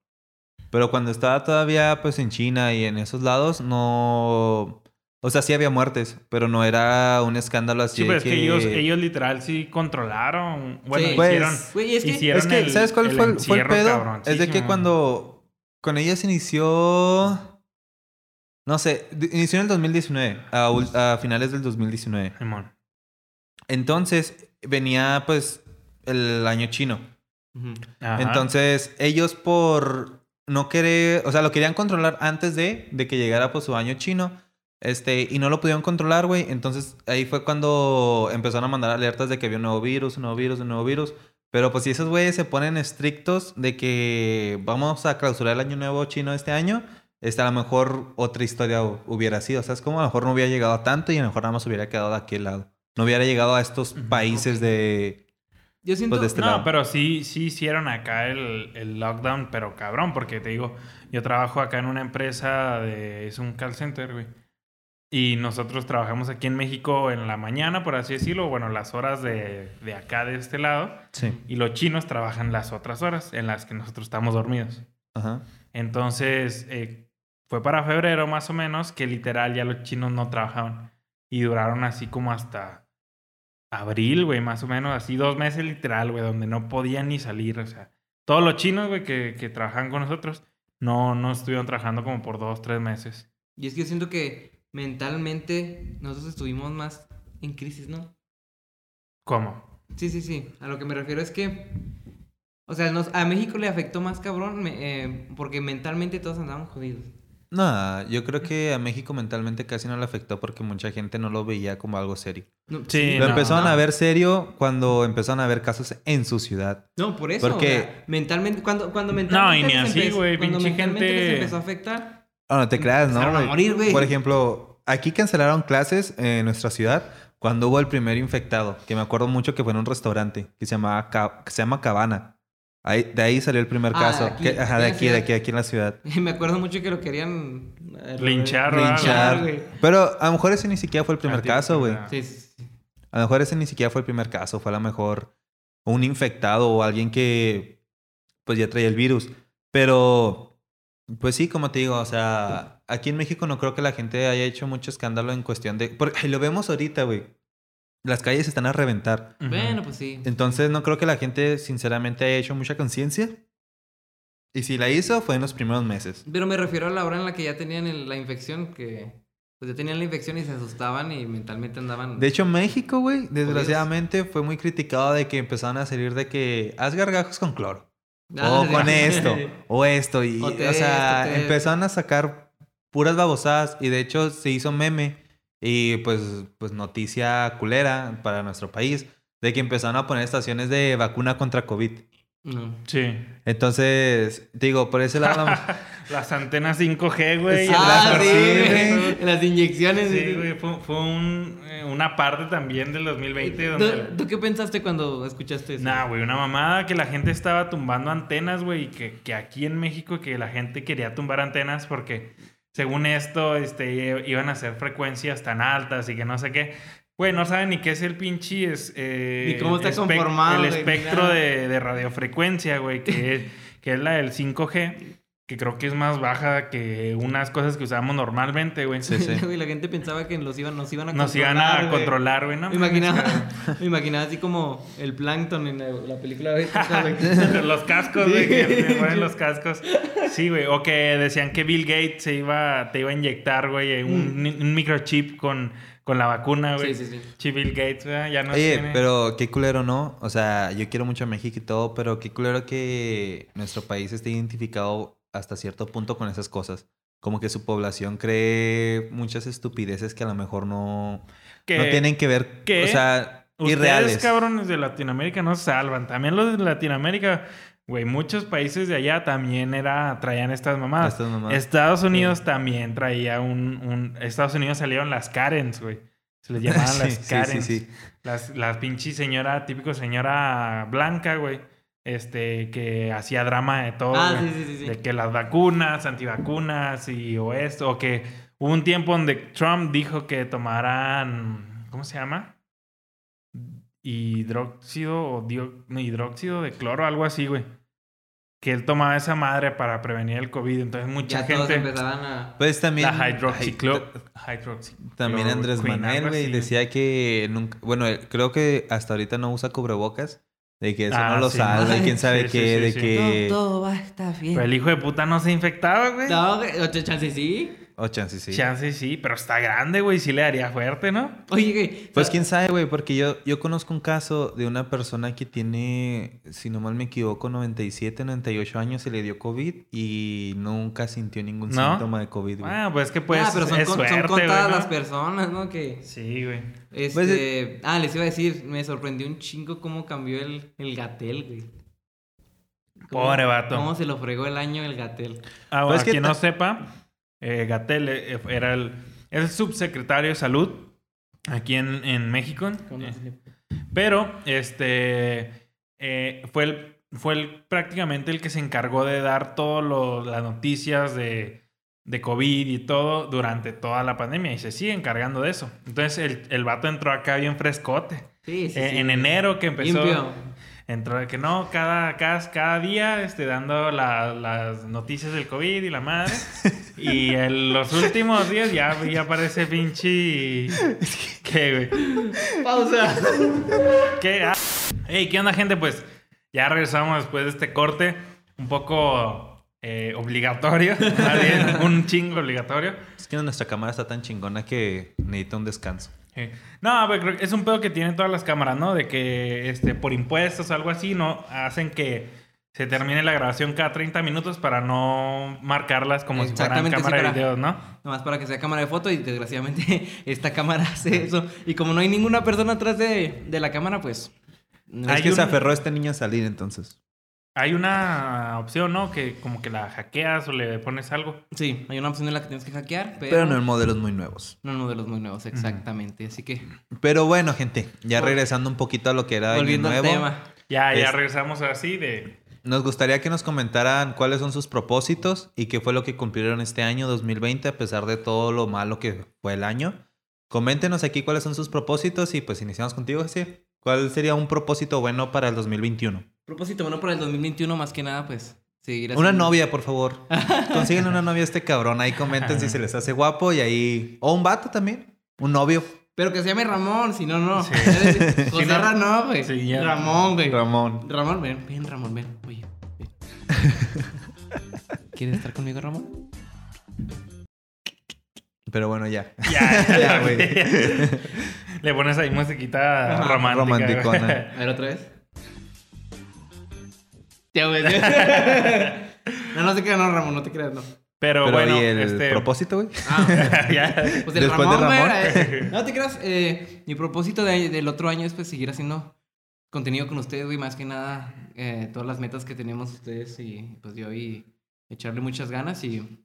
Pero cuando estaba todavía, pues en China y en esos lados, no. O sea, sí había muertes, pero no era un escándalo así.
Sí,
de
pero es que
que-
ellos, ellos literal sí controlaron. Bueno,
Sí.
Pues,
hicieron.
Güey, es que...
hicieron
Es que,
el-
¿sabes cuál
el
fue el, fue el
encierro
pedo? Es de que
cabroncísimo.
cuando con ella se inició, no sé, de- inició en el 2019, a, ul- a finales del 2019.
Simón.
Entonces venía pues el año chino.
Ujú.
Ajá.
Entonces ellos por no querer, o sea, lo querían controlar antes de, de que llegara pues su año chino. Este, y no lo pudieron controlar, güey. Entonces ahí fue cuando empezaron a mandar alertas de que había un nuevo virus, un nuevo virus, un nuevo virus. Pero pues si esos güeyes se ponen estrictos de que vamos a clausurar el año nuevo chino este año, este, a lo mejor otra historia hu- hubiera sido. O sea, es como a lo mejor no hubiera llegado a tanto y a lo mejor nada más hubiera quedado de aquel lado. No hubiera llegado a estos
Ujú,
países de...
Yo siento...
Pues de este
No,
lado.
pero sí, sí hicieron acá el, el lockdown, pero cabrón, porque te digo, yo trabajo acá en una empresa de. Es un call center, güey. Y nosotros trabajamos aquí en México en la mañana, por así decirlo, bueno, las horas de, de acá de este lado.
Sí.
Y los chinos trabajan las otras horas en las que nosotros estamos dormidos.
Ajá.
Entonces, eh, fue para febrero más o menos que literal ya los chinos no trabajaban. Y duraron así como hasta abril, güey, más o menos. Así dos meses literal, güey, donde no podían ni salir. O sea, todos los chinos, güey, que, que trabajan con nosotros, no, no estuvieron trabajando como por dos, tres meses.
Y es que yo siento que mentalmente nosotros estuvimos más en crisis, ¿no?
¿Cómo?
Sí, sí, sí. A lo que me refiero es que. O sea, nos- a México le afectó más cabrón me- eh, porque mentalmente todos andábamos jodidos.
No, yo creo que a México mentalmente casi no le afectó porque mucha gente no lo veía como algo serio.
No,
Sí,
Lo
no,
empezaron
no.
a ver serio cuando empezaron a ver casos en su ciudad.
No, por eso.
Porque-
o sea, mentalmente. Cuando, cuando
No,
mentalmente.
y ni
les
así,
empezó-
güey,
Cuando
pinche
mentalmente
gente-
les empezó a afectar.
Ah, no te creas, ¿no?
Empezaron a
güey?
morir, güey.
Por ejemplo, aquí cancelaron clases en nuestra ciudad cuando hubo el primer infectado, que me acuerdo mucho que fue en un restaurante que se llamaba Ca- que se llama Cabana. Ahí, de ahí salió el primer
Ah,
caso.
aquí,
que- ajá,
aquí en
de
la
aquí, de
ciudad.
aquí, aquí en la ciudad.
me acuerdo mucho que lo querían. eh,
Linchar, ¿verdad?
Linchar.
güey.
Pero a lo mejor ese ni siquiera fue el
Ah,
primer
tiene
caso, güey.
enfermedad.
Sí, sí, sí.
A lo mejor ese ni siquiera fue el primer caso, fue a lo mejor un infectado o alguien que pues ya traía el virus. Pero, pues sí, como te digo, o sea, aquí en México no creo que la gente haya hecho mucho escándalo en cuestión de... Porque lo vemos ahorita, güey. Las calles están a reventar.
Ujú.
Bueno, pues sí.
Entonces no creo que la gente sinceramente haya hecho mucha conciencia. Y si la hizo fue en los primeros meses.
Pero me refiero a la hora en la que ya tenían el- la infección, que. Pues ya tenían la infección y se asustaban y mentalmente andaban.
De hecho, México, güey, desgraciadamente fue muy criticado de que empezaron a salir de que haz gargajos con cloro.
Ah,
o
sí.
con esto, o esto. Y,
O
o,
te
sea,
esto, te-
empezaron a sacar puras babosadas y de hecho se hizo meme y pues, pues noticia culera para nuestro país de que empezaron a poner estaciones de vacuna contra COVID.
No.
Sí.
Entonces, digo, por ese lado...
Las antenas 5G, güey. y
Sí, las
Ah,
las-
sí,
tortillas.
güey. Las inyecciones.
Sí, güey, fue, fue un, eh, una parte también del 2020 donde...
¿Tú, tú qué pensaste cuando escuchaste eso?
Nah, güey, una mamada que la gente estaba tumbando antenas, güey, y que, que aquí en México que la gente quería tumbar antenas porque según esto, este, i- iban a hacer frecuencias tan altas y que no sé qué. Güey, no saben ni qué es el pinche... Es, eh,
Ni cómo está
espec-
conformado,
El
güey, ni
espectro
nada.
de, de radiofrecuencia, güey, que es, que es la del 5G, que creo que es más baja que unas cosas que usamos normalmente, güey.
Sí, sí.
Güey, la gente pensaba que los iban, nos iban a
Nos
controlar.
iban a
güey.
controlar, güey, ¿no?
Me imaginaba, me imaginaba así como el plancton en la, la película de
los cascos, güey,
Sí.
que te ponen los cascos. Sí, güey. O que
Mm.
decían que Bill Gates se iba, te iba a inyectar, güey, un, un microchip con, con la vacuna, güey.
Sí, sí, sí.
Chi Bill Gates, ¿verdad? Ya no
Oye,
tiene-
pero qué culero, ¿no? O sea, yo quiero mucho a México y todo, pero qué culero que nuestro país esté identificado hasta cierto punto con esas cosas. Como que su población cree muchas estupideces que a lo mejor no,
que
no tienen que ver,
que
o sea,
ustedes,
irreales.
cabrones de Latinoamérica, no se salvan. También los de Latinoamérica, güey, muchos países de allá también era, traían estas mamadas.
Ah, Estas mamadas.
Estados Unidos también traía un, un- Estados Unidos salieron las Karens, güey. Se les llamaban
Sí,
las
sí, sí,
Karens.
sí.
Las, la pinche señora, típico señora blanca, güey. Este, que hacía drama de todo.
Ah,
güey.
sí, sí, sí, sí.
De que las vacunas, antivacunas y o esto. O que hubo un tiempo donde Trump dijo que tomaran. ¿Cómo se llama? Hidróxido o dio- no, hidróxido de cloro, algo así, güey. Que él tomaba esa madre para prevenir el COVID. Entonces mucha
Ya todos
gente.
empezaban a...
Pues también...
La hidroxiclo...
Ay,
hidroxi-
También
cloro-
Andrés
queen,
Manuel,
algo
güey,
así.
decía que nunca, bueno, eh, creo que hasta ahorita no usa cubrebocas, de que eso
Ah,
no lo
sí,
salva,
¿no?
quién sabe
Sí, sí,
qué,
sí,
de
sí.
que...
Todo, todo va a estar bien.
Pero el hijo de puta no se infectaba, güey.
No, güey, ocho chances sí.
Oh, chance, sí.
Chance sí, pero está grande, güey. Sí le daría fuerte, ¿no?
Oye, güey.
Pues
sa-
quién sabe, güey, porque yo, yo conozco un caso de una persona que tiene, si no mal me equivoco, 97, 98 años y le dio COVID y nunca sintió ningún
¿No?
síntoma de COVID, güey.
Ah, pues que pues
ah, pero son,
es
con- son
suerte, güey,
contadas
¿no?
las personas, ¿no? Que...
Sí, güey.
Este,
Pues,
ah, les iba a decir, me sorprendió un chingo cómo cambió el, el Gatel, güey. Cómo-
Pobre vato.
Cómo se lo fregó el año el Gatel.
Ah,
Pues
bueno,
es que
quien no
ta-
sepa, eh, Gatel era el, era el subsecretario de salud aquí en, en México. Eh, Pero, este, eh, fue, el, fue el, prácticamente el que se encargó de dar todas las noticias de, de COVID y todo durante toda la pandemia y se sigue encargando de eso. Entonces, el, el vato entró acá bien frescote.
Sí, sí,
Eh,
sí.
En enero que empezó...
Limpio.
Entró de que no, cada, cada, cada día este, dando la- las noticias del COVID y la madre. Y en los últimos días ya, ya aparece pinche. ¿Qué, güey?
Pausa.
¿Qué? Ah, Ey, ¿qué onda, gente? Pues ya regresamos después de este corte, un poco eh, obligatorio, más bien, un chingo obligatorio.
Es que nuestra cámara está tan chingona que necesita un descanso.
Sí. No, pero creo que es un pedo que tienen todas las cámaras, ¿no? De que este, por impuestos o algo así, no hacen que se termine la grabación cada 30 minutos para no marcarlas como si fueran
Exactamente, sí,
cámara de
para-
videos, ¿no?
Nomás para que sea cámara de foto y desgraciadamente esta cámara hace eso. Y como no hay ninguna persona atrás de, de la cámara, pues... no
Hay
es que se
un-
aferró este niño a salir entonces.
Hay una opción, ¿no? Que como que la hackeas o le pones algo.
Sí, hay una opción en la que tienes que hackear, pero,
Pero, no en modelos muy nuevos.
no en modelos muy nuevos, exactamente. Así que,
Pero bueno, gente, ya
Vol-
regresando un poquito a lo que era Año
volviendo al
nuevo,
tema.
Ya, ya
Es-
regresamos así de...
Nos gustaría que nos comentaran cuáles son sus propósitos y qué fue lo que cumplieron este año 2020 a pesar de todo lo malo que fue el año. Coméntenos aquí cuáles son sus propósitos y pues iniciamos contigo, Jesse. ¿Cuál sería un propósito bueno para el 2021?
Propósito bueno para el 2021, más que nada, pues... Seguir
Una
haciendo-
novia, por favor. Consiguen una novia a este cabrón. Ahí comenten si se les hace guapo y ahí... O un vato también. Un novio.
Pero que se llame Ramón, si no, no.
Sí.
José
Si no-
Ramón, güey.
Sí, ya.
Ramón, güey.
Ramón.
Ramón, ven, ven, Ramón, ven. Oye, ven. ¿Quieres estar conmigo, Ramón?
Pero bueno, ya.
Ya, ya,
Ya,
güey.
güey.
Le pones ahí musiquita
Ajá,
romántica.
romanticona.
güey.
A ver, otra vez. Ya, güey. no, no te creas, no, Ramón, no te creas, no.
Pero,
Pero
bueno,
¿y el
este...
propósito, güey?
Ah,
ya.
pues
Después
el
de
Ramón, güey.
Ramón.
era- eh, No te creas, eh, mi propósito de- del otro año es pues seguir haciendo contenido con ustedes, güey. Más que nada, eh, todas las metas que tenemos ustedes y pues yo y echarle muchas ganas y...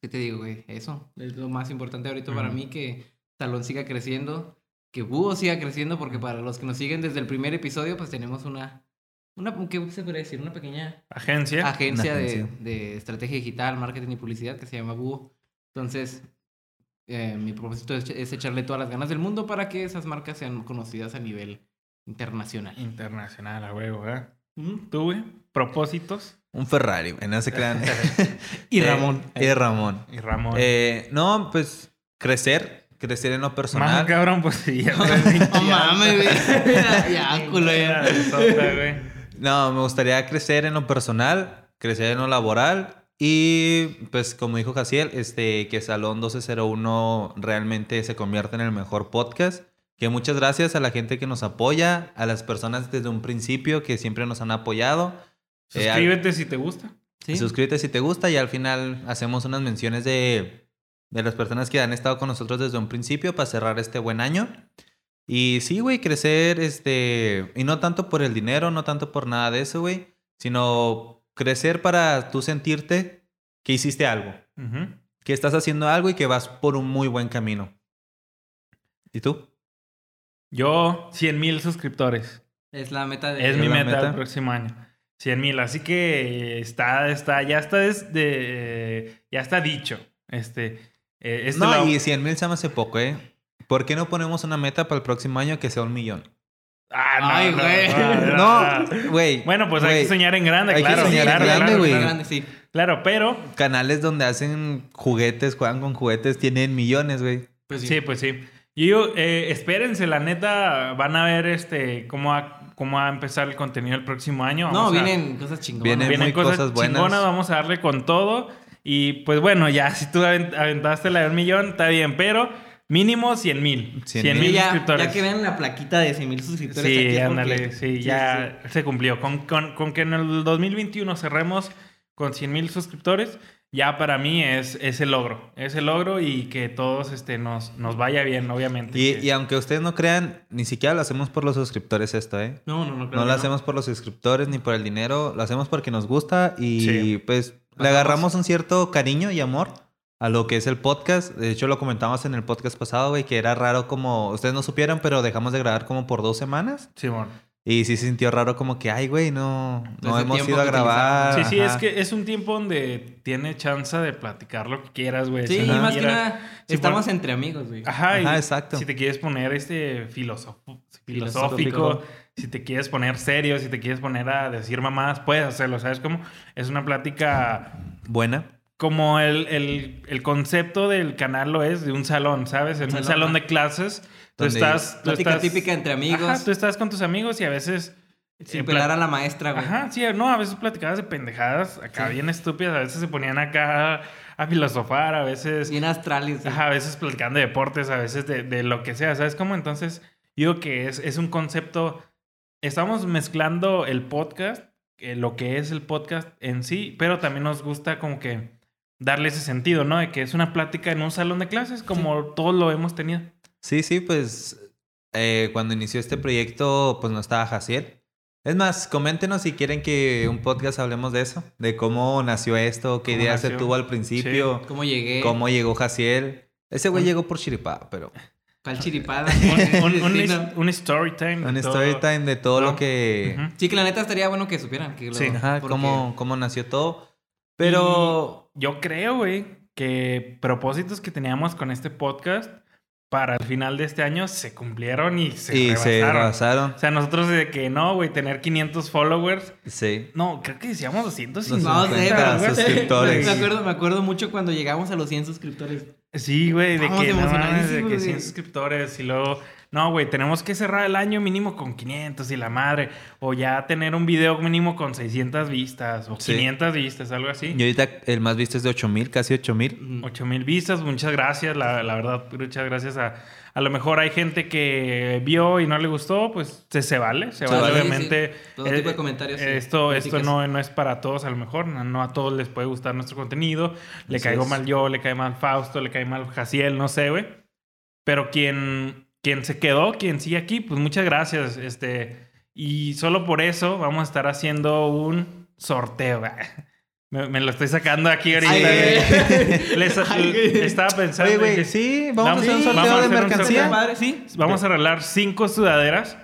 ¿Qué te digo, güey? Eso es lo más importante ahorita para
Ujú.
mí, que Talón siga creciendo, que Búho siga creciendo, porque para los que nos siguen desde el primer episodio, pues tenemos una, una ¿qué se podría decir? Una pequeña
Agencia.
agencia,
Una
de-
agencia.
De, estrategia digital, marketing y publicidad que se llama Búho. Entonces, eh, mi propósito es, es echarle todas las ganas del mundo para que esas marcas sean conocidas a nivel internacional.
Internacional, a huevo, ¿eh?
Ujú.
¿Tú, güey? ¿Propósitos?
Un Ferrari, güey. No se crean.
Y
Eh,
Ramón.
Y Ramón.
Y Ramón.
Eh, no, pues crecer, crecer en lo
Más
personal.
cabrón, pues sí. ya, güey.
No mames, güey. Ya, culero.
Sota, güey.
Eh, No, me gustaría crecer en lo personal, crecer en lo laboral Y pues como dijo Jaciel, este, que Salón 1201 realmente se convierte en el mejor podcast. Que muchas gracias a la gente que nos apoya, a las personas desde un principio que siempre nos han apoyado. Eh, al-
Suscríbete si te gusta.
Sí.
Suscríbete si te gusta y al final hacemos unas menciones de, de las personas que han estado con nosotros desde un principio para cerrar este buen año. Y sí, güey, crecer, este, y no tanto por el dinero, no tanto por nada de eso, güey, sino crecer para tú sentirte que hiciste algo,
Ujú.
que estás haciendo algo y que vas por un muy buen camino. ¿Y tú?
Yo, 100 mil suscriptores.
Es la meta de...
Es mi
la
meta,
meta.
el próximo año. 100 mil. Así que eh, está, está, ya está desde, eh, ya está dicho. Este, eh, este
no,
lo-
y 100 mil se me hace poco, ¿eh? ¿Por qué no ponemos una meta para el próximo año que sea un millón?
Ah, no,
Ay,
no,
güey.
no, no, no.
No, güey.
Bueno, pues hay
güey.
que soñar en grande,
Hay que
claro.
soñar en
claro,
grande,
claro,
güey.
claro.
grande, sí.
Claro, pero
canales donde hacen juguetes, juegan con juguetes, tienen millones, güey.
Pues sí.
Sí, pues sí. Y yo, eh, espérense, la neta, van a ver este cómo va, cómo va a empezar el contenido el próximo año.
No,
Vamos a-
vienen cosas chingonas.
vienen
vienen
muy
cosas,
cosas buenas.
chingonas, vamos a darle con todo. Y pues bueno, ya, si tú avent- aventaste la de un millón, está bien, pero mínimo 100 mil. 100
Cien
mil
Sí, ya,
suscriptores.
ya que vean la plaquita de 100 mil suscriptores. aquí
Sí,
es
ándale,
completo.
sí, ya se cumplió. Con, con- con que en el 2021 cerremos con 100 mil suscriptores, ya para mí es, es el logro. Es el logro y que todos este, nos, nos vaya bien, obviamente.
Y,
que-
y aunque ustedes no crean, ni siquiera lo hacemos por los suscriptores esto, ¿eh?
No, no, no.
No
claro
lo
que
hacemos por los suscriptores ni por el dinero, lo hacemos porque nos gusta y
Sí.
pues le
Hacemos-
agarramos un cierto cariño y amor a lo que es el podcast. De hecho, lo comentamos en el podcast pasado, güey, que era raro como, ustedes no supieron, pero dejamos de grabar como por dos semanas.
Simón.
Y sí se sintió raro como que, ay, güey, no, no
Desde
hemos
tiempo
ido a
que
grabar.
Sí, sí, es
Ah, ajá.
que es un tiempo donde tiene chance de platicar lo que quieras, güey.
Sí,
Si
y
no
más que
quieras-
nada,
Sí,
estamos
por- Ah,
entre amigos, güey.
Ajá, y
Ajá, exacto.
Si te quieres poner este filosofo- filosófico,
Filosófico.
si te quieres poner serio, si te quieres poner a decir mamás, puedes hacerlo, ¿sabes cómo? Es una plática
Buena.
como el, el, el concepto del canal lo es, de un salón, ¿sabes? En un
Salón,
salón
ajá.
de clases, tú
Donde
estás... tú
Plática
estás-
típica entre amigos.
Ajá, tú estás con tus amigos y a veces...
sin
eh,
pelar a la maestra, güey.
Ajá, sí, no, a veces platicabas de pendejadas acá bien estúpidas, a veces se ponían acá a filosofar, a veces,
Bien astrales. güey.
ajá, a veces platicando de deportes, a veces de, de lo que sea, ¿sabes cómo? Entonces, yo digo que es, es un concepto, estamos mezclando el podcast, eh, lo que es el podcast en sí, pero también nos gusta como que darle ese sentido, ¿no? De que es una plática en un salón de clases, como todos lo hemos tenido.
Sí, sí, pues eh, cuando inició este proyecto, pues no estaba Jaciel. Es más, coméntenos si quieren que un podcast hablemos de eso, de cómo nació esto, qué
Cómo
ideas se
nació.
tuvo al principio,
¿Cómo llegué?
cómo llegó Jaciel. Ese güey llegó por chiripada, pero
¿Cuál chiripada?
Un, un- un
Sí,
is-
no.
un story time. de
un
todo.
story time de todo
¿no?
lo que...
Ujú.
Sí, que la neta estaría bueno que supieran. Que lo-
Sí,
Ajá,
porque-
cómo, cómo nació todo. Pero...
Yo creo, güey, que propósitos que teníamos con este podcast para el final de este año se cumplieron y se
y se
rebasaron.
rebasaron.
o sea, nosotros de que no, güey, tener 500 followers.
Sí.
No, creo que decíamos 250.
No sé,
Para
pero-
suscriptores.
Me acuerdo, me acuerdo mucho cuando llegamos a los 100 suscriptores.
Sí, güey, de
Estábamos
que, no mames, de
emocionadísimos,
que
güey.
100 suscriptores y luego... No, güey, tenemos que cerrar el año mínimo con 500 y la madre. O ya tener un video mínimo con 600 vistas o
Sí.
500 vistas, algo así.
Y ahorita el más visto es de 8000, casi 8000.
Mm.
8 mil vistas, muchas gracias, la, la verdad, muchas gracias a... A lo mejor hay gente que vio y no le gustó, pues se, se vale, se
Se
vale,
vale.
obviamente. Eh,
Sí, sí. Todo tipo de comentarios, sí.
Esto, esto
Críticas.
no, no es para todos, a lo mejor, no, no a todos les puede gustar nuestro contenido. Le
Así
caigo
es.
mal yo, le cae mal Fausto, le cae mal Jaciel, no sé, güey. Pero quien, quien se quedó, quien sigue aquí, pues muchas gracias. Este, y solo por eso vamos a estar haciendo un sorteo. Me, me lo estoy sacando aquí ahorita.
Ay,
güey.
güey.
Les-
Ay, güey.
estaba pensando.
Oye,
y
güey,
dije,
sí, vamos a hacer un
Sí,
sorteo
vamos a
de
hacer un
mercancía.
sorteo.
Padre, sí.
Vamos a arreglar cinco sudaderas.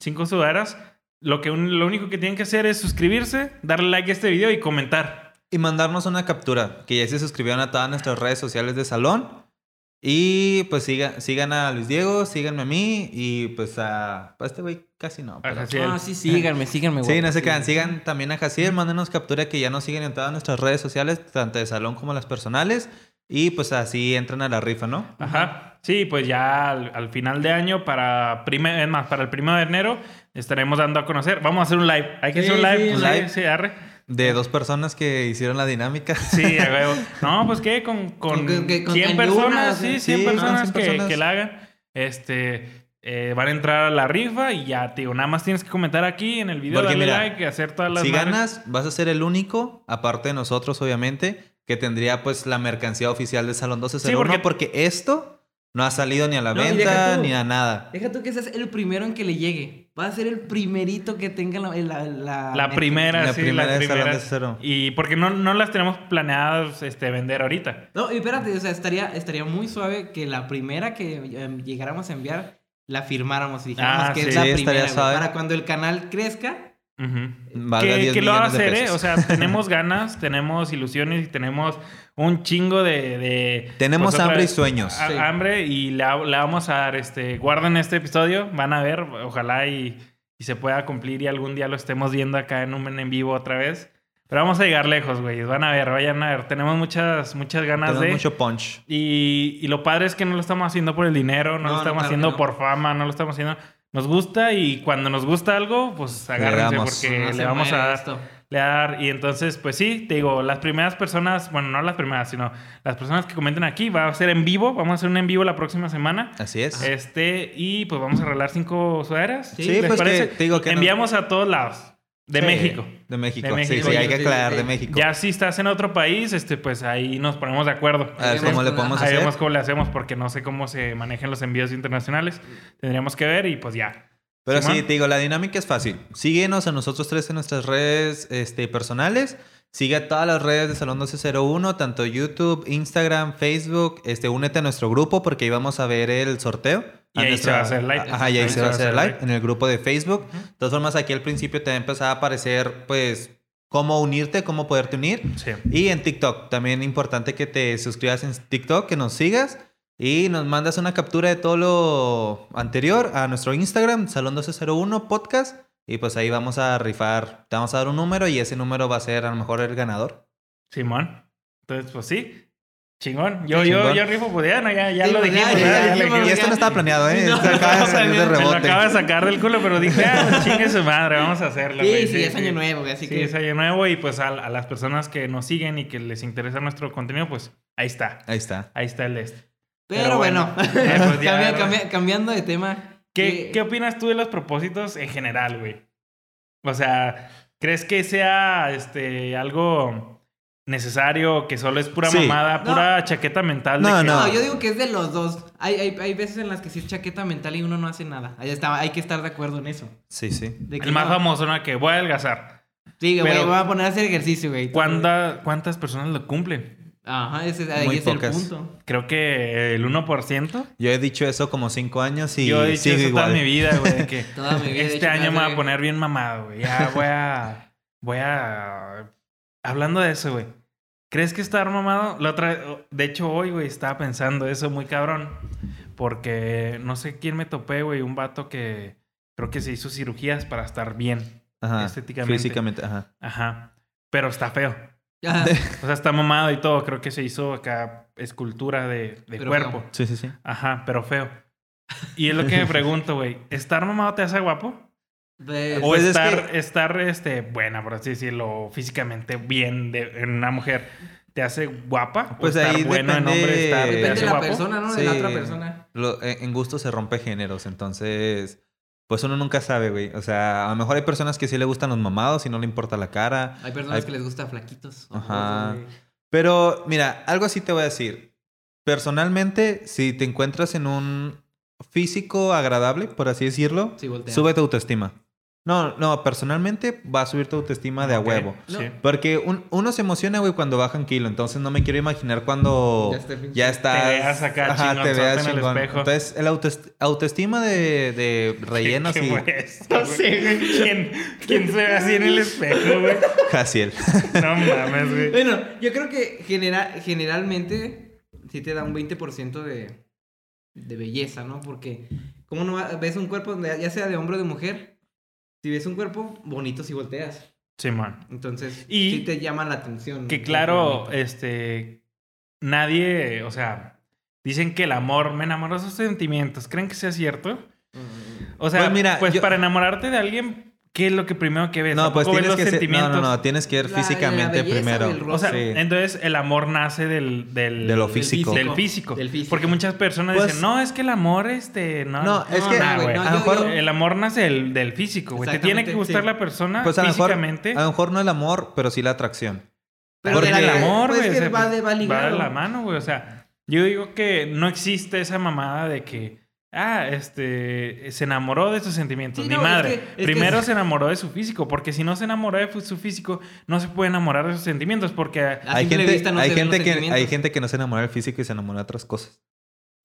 Cinco sudaderas. Lo, que un- lo único que tienen que hacer es suscribirse, darle like a este video y comentar.
Y mandarnos una captura, que ya se suscribieron a todas nuestras redes sociales de Salón. Y pues siga- sigan a Luis Diego, síganme a mí y pues a, a este güey casi no.
A
pero-
Jaciel.
Ah, sí, síganme, síganme, güey.
Sí, no se crean, sigan también a Jaciel, mándenos captura que ya nos siguen en todas nuestras redes sociales, tanto de Salón como las personales. Y pues así entran a la rifa, ¿no?
Ajá. Sí, pues ya al, al final de año, para, prime- es más, para el primero de enero, estaremos dando a conocer. Vamos a hacer un live. Hay que
Sí,
hacer un live.
sí,
un
un
live,
live.
sí, arre.
De dos personas que hicieron la dinámica.
Sí, a huevo. No, pues qué, con, con,
Con- con- que- con
100
cañunas,
personas,
¿eh?
sí, 100
Sí, con
personas,
100
que,
personas.
que la hagan. Este, eh, van a entrar a la rifa y ya, te digo, nada más tienes que comentar aquí en el video,
Porque
darle
mira,
like, hacer todas las
Si
madres.
ganas, vas a ser el único, aparte de nosotros, obviamente, que tendría pues la mercancía oficial del Salón 1201.
Sí,
porque... esto no ha salido ni a la
No, y deja
venta
tú.
ni a nada.
Deja tú que seas el primero en que le llegue. Va a ser el primerito que tenga la... La, la-
La primera,
La
sí,
primera
la
del Salón
primera.
1201.
Y porque no, no las tenemos planeadas este, vender ahorita.
No, y espérate, o sea, estaría, estaría muy suave que la primera que eh, llegáramos a enviar la firmáramos y dijéramos
Ah,
que
sí.
es la
Sí, estaría
primera. güey,
suave.
para cuando el canal crezca,
Ujú.
Valga
Que,
10
que lo va a
millones de
hacer, ¿eh?
pesos.
O sea, tenemos ganas, tenemos ilusiones y tenemos un chingo de... de, pues,
Tenemos
otra
hambre y
vez,
sueños.
ha-
Sí.
Hambre y la, la vamos a dar, este... Guarden este episodio, van a ver, ojalá y, y se pueda cumplir y algún día lo estemos viendo acá en un en vivo otra vez. Pero vamos a llegar lejos, güey. Van a ver, vayan a ver. Tenemos muchas, muchas ganas
Tenemos
de...
mucho punch.
Y, y lo padre es que no lo estamos haciendo por el dinero, no,
No,
lo
no,
estamos
claro
haciendo
que no.
por fama, no lo estamos haciendo. Nos gusta y cuando nos gusta algo, pues agárrense
damos.
porque
no se
le vamos a
muere
dar,
esto.
le va a dar. Y entonces, pues sí, te digo, las primeras personas, bueno, no las primeras, sino las personas que comenten aquí, va a ser en vivo, vamos a hacer un en vivo la próxima semana.
Así es.
Este, y pues vamos a arreglar cinco sudaderas.
Ah. Sí, pues, que te digo que nos-
Enviamos a todos lados, de
Sí,
México.
De México.
De
Sí,
México.
sí, hay
Sí,
que
sí,
aclarar
sí.
de México.
Ya si estás en otro país, este, pues ahí nos ponemos de acuerdo.
A ver
Ahí
cómo
vemos
le
con-
podemos
ahí
Ahí
hacer.
vemos cómo le hacemos porque no sé cómo se manejan los envíos internacionales. Tendríamos que ver y pues ya.
Pero sí,
Simón.
te digo, la dinámica es fácil. Síguenos a nosotros tres en nuestras redes este, personales. Sigue a todas las redes de Salón 1201, tanto YouTube, Instagram, Facebook. Este, únete a nuestro grupo porque ahí vamos a ver el sorteo.
Y ahí se va a hacer live.
Ajá, y ahí se va a hacer live en el grupo de Facebook. De todas formas, aquí al principio te va a empezar a aparecer, pues, cómo unirte, cómo poderte unir.
Sí.
Y en TikTok, también importante que te suscribas en TikTok, que nos sigas y nos mandas una captura de todo lo anterior a nuestro Instagram, Salón 1201 Podcast. Y pues ahí vamos a rifar, te vamos a dar un número y ese número va a ser a lo mejor el ganador.
Simón. Entonces, pues sí. Chingón. Yo, yo,
Chingón.
yo rifo, pues ya, no, ya, ya
Sí,
lo
pues, ya,
dijimos.
ya,
¿verdad?
ya,
Ya
sí,
lo
vamos,
y
dijimos.
esto no estaba planeado, ¿eh?
No,
Esto acaba de
no,
salir de
no,
Me lo
rebote.
acaba de sacar del culo, pero dije, ah, chingue su madre, vamos a hacerlo.
Sí,
güey.
sí, es año nuevo, güey, así
Sí,
que...
es año nuevo y pues a, a las personas que nos siguen y que les interesa nuestro contenido, pues ahí está.
Ahí está.
Ahí está el este.
Pero,
Pero
bueno,
bueno. Eh, pues ya,
Cambia-
¿no?
cambia- cambiando de tema.
¿Qué,
eh,
¿Qué opinas tú de los propósitos en general, güey? O sea, ¿crees que sea este algo necesario que solo es pura
Sí.
mamada,
No.
pura chaqueta mental? de
No,
que-
No,
no.
yo digo que es de los dos. Hay, hay, hay veces en las que sí es chaqueta mental y uno no hace nada. Ahí está, hay que estar de acuerdo en eso.
Sí, sí.
De que
El más
no.
famoso, ¿no? Que voy a adelgazar.
Sí, güey,
pero-
voy a poner a hacer ejercicio, güey.
¿Cuánta- ¿Cuántas personas lo cumplen?
Ajá, ese, ahí
Muy
es
pocas.
el punto.
Creo que el 1%.
Yo he dicho eso como cinco años y
Yo he dicho
sigo
eso
igual.
toda mi vida, güey. de que
Toda mi vida he
este
dicho,
año me voy
madre.
a poner bien mamado, güey. Ya voy a. Voy a. Hablando de eso, güey. ¿Crees que estar mamado? La otra, de hecho, hoy, güey, estaba pensando eso muy cabrón. Porque no sé quién me topé, güey. Un vato que creo que se hizo cirugías para estar bien.
Ajá.
Estéticamente.
Físicamente, ajá.
Ajá. Pero está feo.
Ajá.
O sea, está mamado y todo. Creo que se hizo acá escultura de, de
Pero
cuerpo.
Sí, sí, sí.
Ajá, pero feo. Y es lo que me pregunto, güey. ¿Estar mamado te hace guapo?
De-
O
Pues es
estar, estar este, buena, por así decirlo, físicamente bien de, en una mujer, ¿te hace guapa?
Pues
o estar
ahí
bueno en hombre,
depende-
estar, ¿te
Depende
hace
de la
guapo?
persona, ¿no? De la
Eh, Sí.
otra persona.
lo- e, en en gusto se rompe géneros, entonces, pues uno nunca sabe, güey. O sea, a lo mejor hay personas que sí le gustan los mamados y no le importa la cara.
Hay personas
Hay-
que les gusta flaquitos. o
Ajá.
gordos, güey.
Pero, mira, algo así te voy a decir. Personalmente, si te encuentras en un físico agradable, por así decirlo,
Sí, voltea.
sube tu autoestima. No, no, personalmente va a subir tu autoestima de a
Ok,
huevo.
sí.
No.
Porque un- uno se emociona, güey, cuando bajan kilo. Entonces no me quiero imaginar cuando
Ya esté pinche-
ya estás...
Te veas acá
te
chingonzote
veas
en el
chingón.
espejo.
Entonces, el autoest- autoestima de, de rellenos
¿Qué
y...
fue esto, güey? ¿Quién, quién se ve así en el espejo, güey?
Jaciel.
No mames, güey.
Bueno, yo creo que genera- generalmente sí te da un 20% de, de belleza, ¿no? Porque, ¿cómo no va- ves un cuerpo, donde- ya sea de hombre o de mujer? Si ves un cuerpo bonito, si volteas.
Simón.
Entonces,
Y-
sí te llama la atención.
Que claro, este. Nadie, o sea, dicen que el amor, me enamoró de esos sentimientos. ¿Creen que sea cierto?
Mm,
O sea, pues,
Pues mira, yo-
para enamorarte de alguien, ¿qué es lo que primero que ves?
No, pues
Tampoco ves
tienes
los
que ser, no,
sentimientos.
no, no, tienes que ir
La- la
físicamente
belleza
primero.
del rostro.
O sea,
Sí.
entonces el amor nace del, del
De lo
del
físico.
Del físico.
Del físico.
Porque muchas personas
Pues-
dicen, no, es que el amor, este, no.
No, es que
nah,
no,
güey.
no,
a lo
yo-
mejor-
yo-
El amor nace del, del físico, güey. Te tiene que
Exactamente,
gustar
sí.
la persona
Pues a lo, mejor,
físicamente.
a lo mejor no el amor, pero sí la atracción.
Pero
Porque-
del
el
amor,
pues,
güey.
es
o
que
sea,
va de va ligado.
de la mano, güey. O sea, yo digo que no existe esa mamada de que, ah, este, se enamoró de sus sentimientos.
Sí,
Ni
no, es
madre.
que- es que-
Primero se enamoró de su físico, porque si no se enamoró de su físico, no se puede enamorar de sus sentimientos, porque...
A
hay
simple
gente,
vista no
hay
se ven
gente
los
que hay
sentimientos.
gente que no se enamora del físico y se enamora de otras cosas.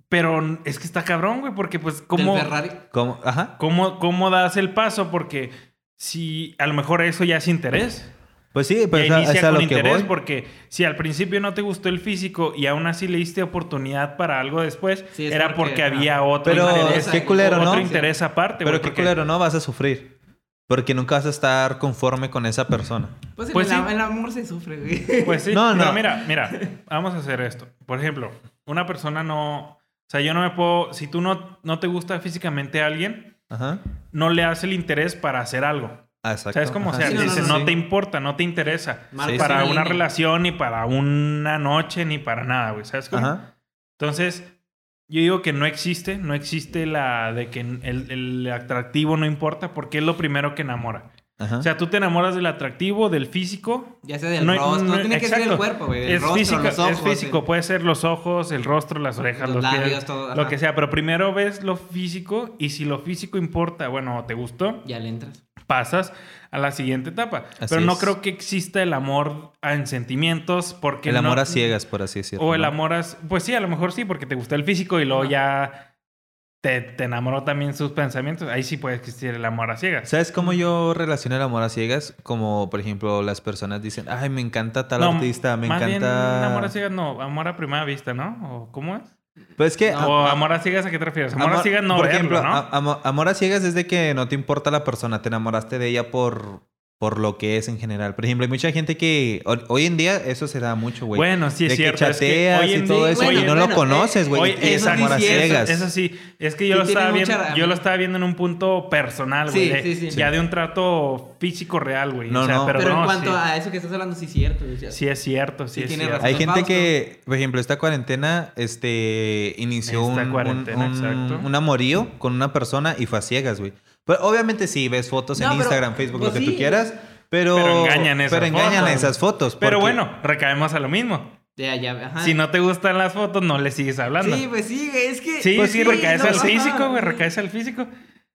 Pero es que está cabrón, güey, porque pues,
Del
¿cómo,
Ferrari.
¿Cómo? Ajá.
cómo, cómo das el paso? Porque si a lo mejor eso ya es interés.
Pues sí, pero
Ya
es a-
inicia
es a
con
lo que
interés
voy.
porque si al principio no te gustó el físico y aún así le diste oportunidad para algo después,
Sí, es
era porque,
porque-
había otro
Pero
interés,
qué culero,
otro
¿no?
interés aparte.
Pero
güey,
qué
porque-
culero, ¿no? Vas a sufrir. Porque nunca vas a estar conforme con esa persona.
Pues,
Pues
el,
sí.
el amor se sufre, güey.
Pues sí,
No,
pero
no.
mira, mira, vamos a hacer esto. Por ejemplo, una persona no... O sea, yo no me puedo... Si tú no, no te gusta físicamente a alguien,
Ajá.
no le das el interés para hacer algo.
Ah,
O
Exacto.
sea, es como, o
Ajá,
sea,
Sí, no, no,
dice,
no,
no,
sí.
te importa, no te interesa.
Marca
para
una
una
línea.
relación, ni para una noche, ni para nada, güey. ¿Sabes cómo?
Ajá.
Entonces, yo digo que no existe, no existe la de que el, el atractivo no importa porque es lo primero que enamora.
Ajá.
O sea, tú te enamoras del atractivo, del físico.
Ya sea del
No-
rostro. No,
no-
tiene que ser
exacto.
el cuerpo, güey. El
es
rostro,
físico,
los ojos.
es físico.
el-
Puede ser los ojos, el rostro, las orejas, los,
Los
pies,
labios, todo, ajá.
lo que sea. Pero primero ves lo físico y si lo físico importa, bueno, te gustó,
Ya le entras.
pasas a la siguiente etapa.
Así
Pero no
es.
creo que exista el amor en sentimientos porque
el
no-
amor a ciegas, por así decirlo.
o el
¿no?
amor a pues sí, a lo mejor sí porque te gusta el físico y luego
Ajá.
ya te, te enamoró también sus pensamientos. Ahí sí puede existir el amor a ciegas.
¿Sabes cómo yo relaciono el amor a ciegas? Como, por ejemplo, las personas dicen, ay, me encanta tal
No,
artista, me
más bien,
encanta...
amor a ciegas no, amor a primera vista, ¿no? ¿O cómo es?
Pues es que...
No,
a-
o
a-
amor a ciegas, ¿a qué te refieres? Amor, a
amor-
ciegas no
por
verlo,
ejemplo,
¿no?
a- amo- amor a ciegas es de que no te importa la persona, te enamoraste de ella por, por lo que es en general. Por ejemplo, hay mucha gente que ho- hoy en día eso se da mucho, güey.
bueno, sí es
de
cierto.
que
es que
chateas
hoy en
y todo
día-
eso
hoy
y
en-
no
bueno,
lo conoces,
eh,
güey.
Oye,
y tienes
exacto,
amor a
sí, eso-
ciegas.
Eso, sí, es que yo
Sí,
lo estaba
tiene
viendo,
mucha ra-
yo lo estaba viendo en un punto personal, güey.
Sí,
de-
sí, sí.
Ya de un trato físico real, güey.
No,
o sea,
no.
pero,
Pero,
no,
en cuanto
sí,
a eso que estás hablando, sí es cierto. güey.
sí es cierto, sí,
Sí,
es
tiene
cierto.
razón.
Hay gente
Fausto.
que, por ejemplo, esta cuarentena este, inició
Esta
un, un-
cuarentena,
un-
exacto.
un amorío con una persona y fue a ciegas, güey. Pero obviamente sí, ves fotos
No,
en
pero-
Instagram, Facebook,
pues
lo que
sí.
tú quieras, pero...
Pero engañan esas
pero engañan
fotos.
esas fotos.
Pero
porque-
bueno, recaemos a lo mismo.
Ya, ya, ajá.
Si no te gustan las fotos, no le sigues hablando.
Ah. Sí, pues sí, güey. Es que.
Sí,
pues
sí, recaes
no,
al
ajá,
físico, güey, recaes al físico.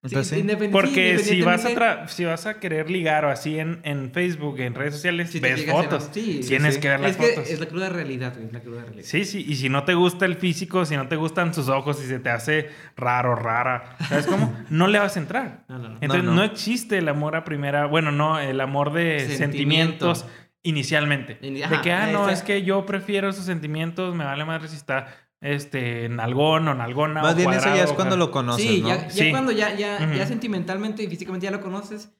Sí,
Pues sí.
independ-
Porque
sí,
si vas a
independientemente-
tra- si vas a querer ligar o así en, en Facebook, en redes sociales,
Sí te
ves
llegas a ver,
fotos.
sí, sí,
Tienes
sí.
que ver las
Es que
fotos.
es la cruda realidad, güey. Es la cruda realidad.
Sí, sí, y si no te gusta el físico, si no te gustan sus ojos, si se te hace raro, rara, ¿sabes cómo? No le vas a entrar.
No, no, no.
Entonces no,
no.
existe el amor a primera, bueno, no, el amor de
Sentimiento.
sentimientos inicialmente.
Ini-
de
ajá,
que, ah,
ahí
no,
está.
es que yo prefiero sus sentimientos, me vale madre si está, este, nalgón o nalgona
Más
o
bien eso
cuadrado,
ya es
o
cuando
car-
lo conoces,
sí,
¿no?
ya, ya
Sí.
cuando ya, ya,
Ujú.
ya sentimentalmente y físicamente ya lo conoces.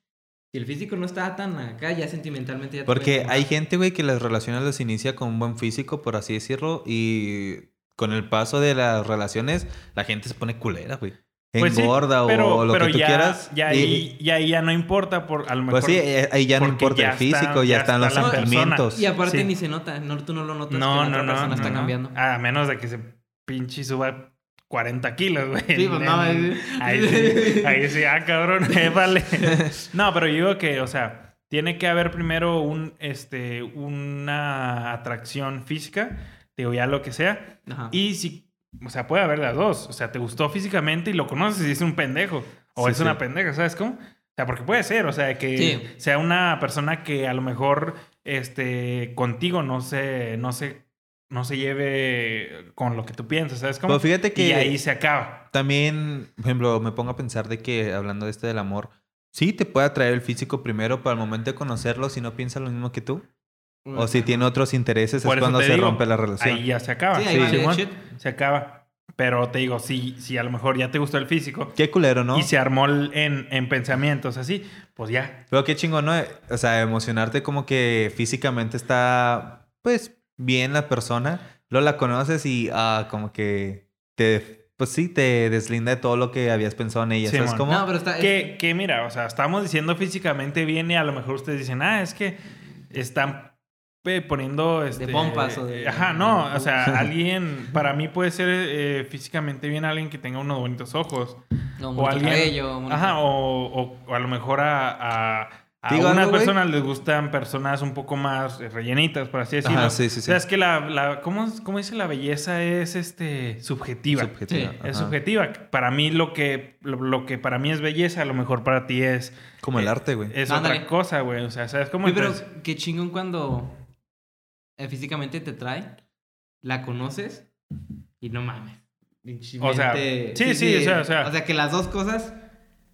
Si el físico no está tan acá, ya sentimentalmente ya te
Porque
puedes
hay
enamorar.
gente, güey, que las relaciones las inicia con un buen físico, por así decirlo, y con el paso de las relaciones, la gente se pone culera, güey.
Pues sí,
Engorda
pero-
o lo
pero
que tú
ya-
quieras.
Ya
y-
ahí, ya ahí ya no importa, por, a lo mejor.
Pues sí, eh, ahí ya no
porque
importa
ya
el físico,
está-
ya,
ya
están los
está la persona.
sentimientos.
Y aparte
sí.
ni se nota, no, tú no lo notas.
No, no,
que la otra
no.
persona
no,
está
no.
cambiando.
A menos de que se pinche y suba 40 kilos, güey.
Sí, pues, no,
En-
es-
Ahí sí, ahí sí, ah, cabrón, eh, vale. No, pero yo digo que, o sea, tiene que haber primero un, este, una atracción física, digo, ya lo que sea.
Ajá.
Y si, o sea, puede haber las dos. O sea, te gustó físicamente y lo conoces y es un pendejo. O
Sí,
es
sí.
una pendeja, ¿sabes cómo? O sea, porque puede ser, o sea, que
Sí.
sea una persona que a lo mejor este, contigo no se, no se, no se lleve con lo que tú piensas, ¿sabes cómo?
Pero Pues fíjate que
Y ahí se acaba.
también, por ejemplo, me pongo a pensar de que hablando de este del amor, sí te puede atraer el físico primero, para el momento de conocerlo, si no piensa lo mismo que tú, o si tiene otros intereses,
Por
es
eso
cuando
te
se
digo,
rompe la relación.
Ahí ya se acaba.
Sí, ahí
Sí,
vale,
Simón,
shit.
se acaba. Pero te digo, si, si a lo mejor ya te gustó el físico
Qué culero, ¿no?
y se armó el- en, en pensamientos así, pues ya.
Pero qué chingón, ¿no? O sea, emocionarte como que físicamente está, pues, bien la persona. Luego la conoces y, ah, como que te pues sí, te deslinda de todo lo que habías pensado en ella.
Sí,
¿Sabes
mon.
cómo?
No, pero está.
Que, que mira, o sea, estamos diciendo físicamente bien y a lo mejor ustedes dicen, ah, es que están eh, poniendo... Este,
pompas o de-
Ajá, no,
de-
o sea, alguien, para mí puede ser eh, físicamente bien alguien que tenga unos bonitos ojos.
no,
o
bonito
alguien...
cabello, bonito-
Ajá, o, o- o a lo mejor a... a a
Digo
algunas
algo, güey.
personas les gustan personas un poco más eh, rellenitas, por así
Ajá,
decirlo.
sí, sí, sí.
O sea, es que la... la ¿cómo, ¿Cómo dice? La belleza es este subjetiva.
Subjetiva,
Sí,
Es
ajá.
subjetiva. Para mí lo que, lo, lo que para mí es belleza, a lo mejor para ti es,
pues,
Como el
Eh,
arte, güey.
es
Ándale.
otra cosa, güey. O sea, ¿sabes cómo?
Oye, pero
Entonces,
qué chingón cuando eh, físicamente te trae, la conoces y no mames.
O sea,
Pinchemente-
sí, sí, o sea, o sea.
que las dos cosas.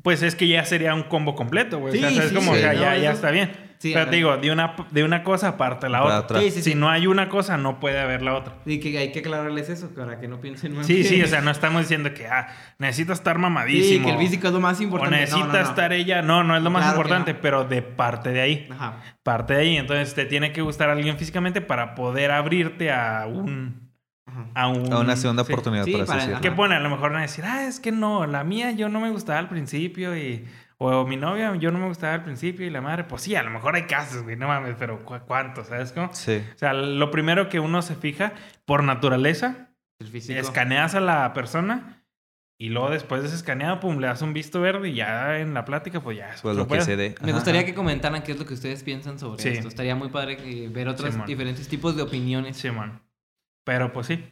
pues es que ya sería un combo completo, güey.
Sí,
o sea, ¿sabes
sí,
cómo? O
sí,
sea,
no,
ya, ya
eso-
está bien.
Sí,
pero
ándale.
te digo, de una, de una cosa aparte la
Para
otra.
atrás.
Sí, sí,
si
sí.
no hay una cosa, no puede haber la otra.
Y que hay que aclararles eso para que no piensen mal.
Sí, sí, o sea, no estamos diciendo que ah, necesita estar
Sí,
mamadísimo.
que el físico es lo más
o
importante. No,
necesita
no, no.
estar ella. No, no es lo más
Claro que
importante,
no. Ah.
pero de parte de ahí.
Ajá.
Parte de ahí. Entonces te tiene que gustar alguien físicamente para poder abrirte a un.
ajá.
A, un-
A una segunda
mm, sí.
oportunidad,
Sí,
por así
para-
decirlo.
¿Qué
Ajá.
pone? A lo mejor van a decir, ah, es que no, la mía yo no me gustaba al principio y... O mi novia yo no me gustaba al principio y la madre... Pues sí, a lo mejor hay casos, güey, no mames, pero ¿cu- ¿cuántos? ¿Sabes cómo?
Sí.
O sea, lo primero que uno se fija por naturaleza,
El físico.
escaneas a la persona y luego después de ese escaneado, pum, le das un visto verde y ya en la plática, pues ya es
Pues
otro
lo que
pedo.
se dé.
Me
Ajá.
gustaría que comentaran qué es lo que ustedes piensan sobre
Sí.
esto. Estaría muy padre que- ver otros
Simón.
diferentes tipos de opiniones.
Sí, man. Pero pues sí.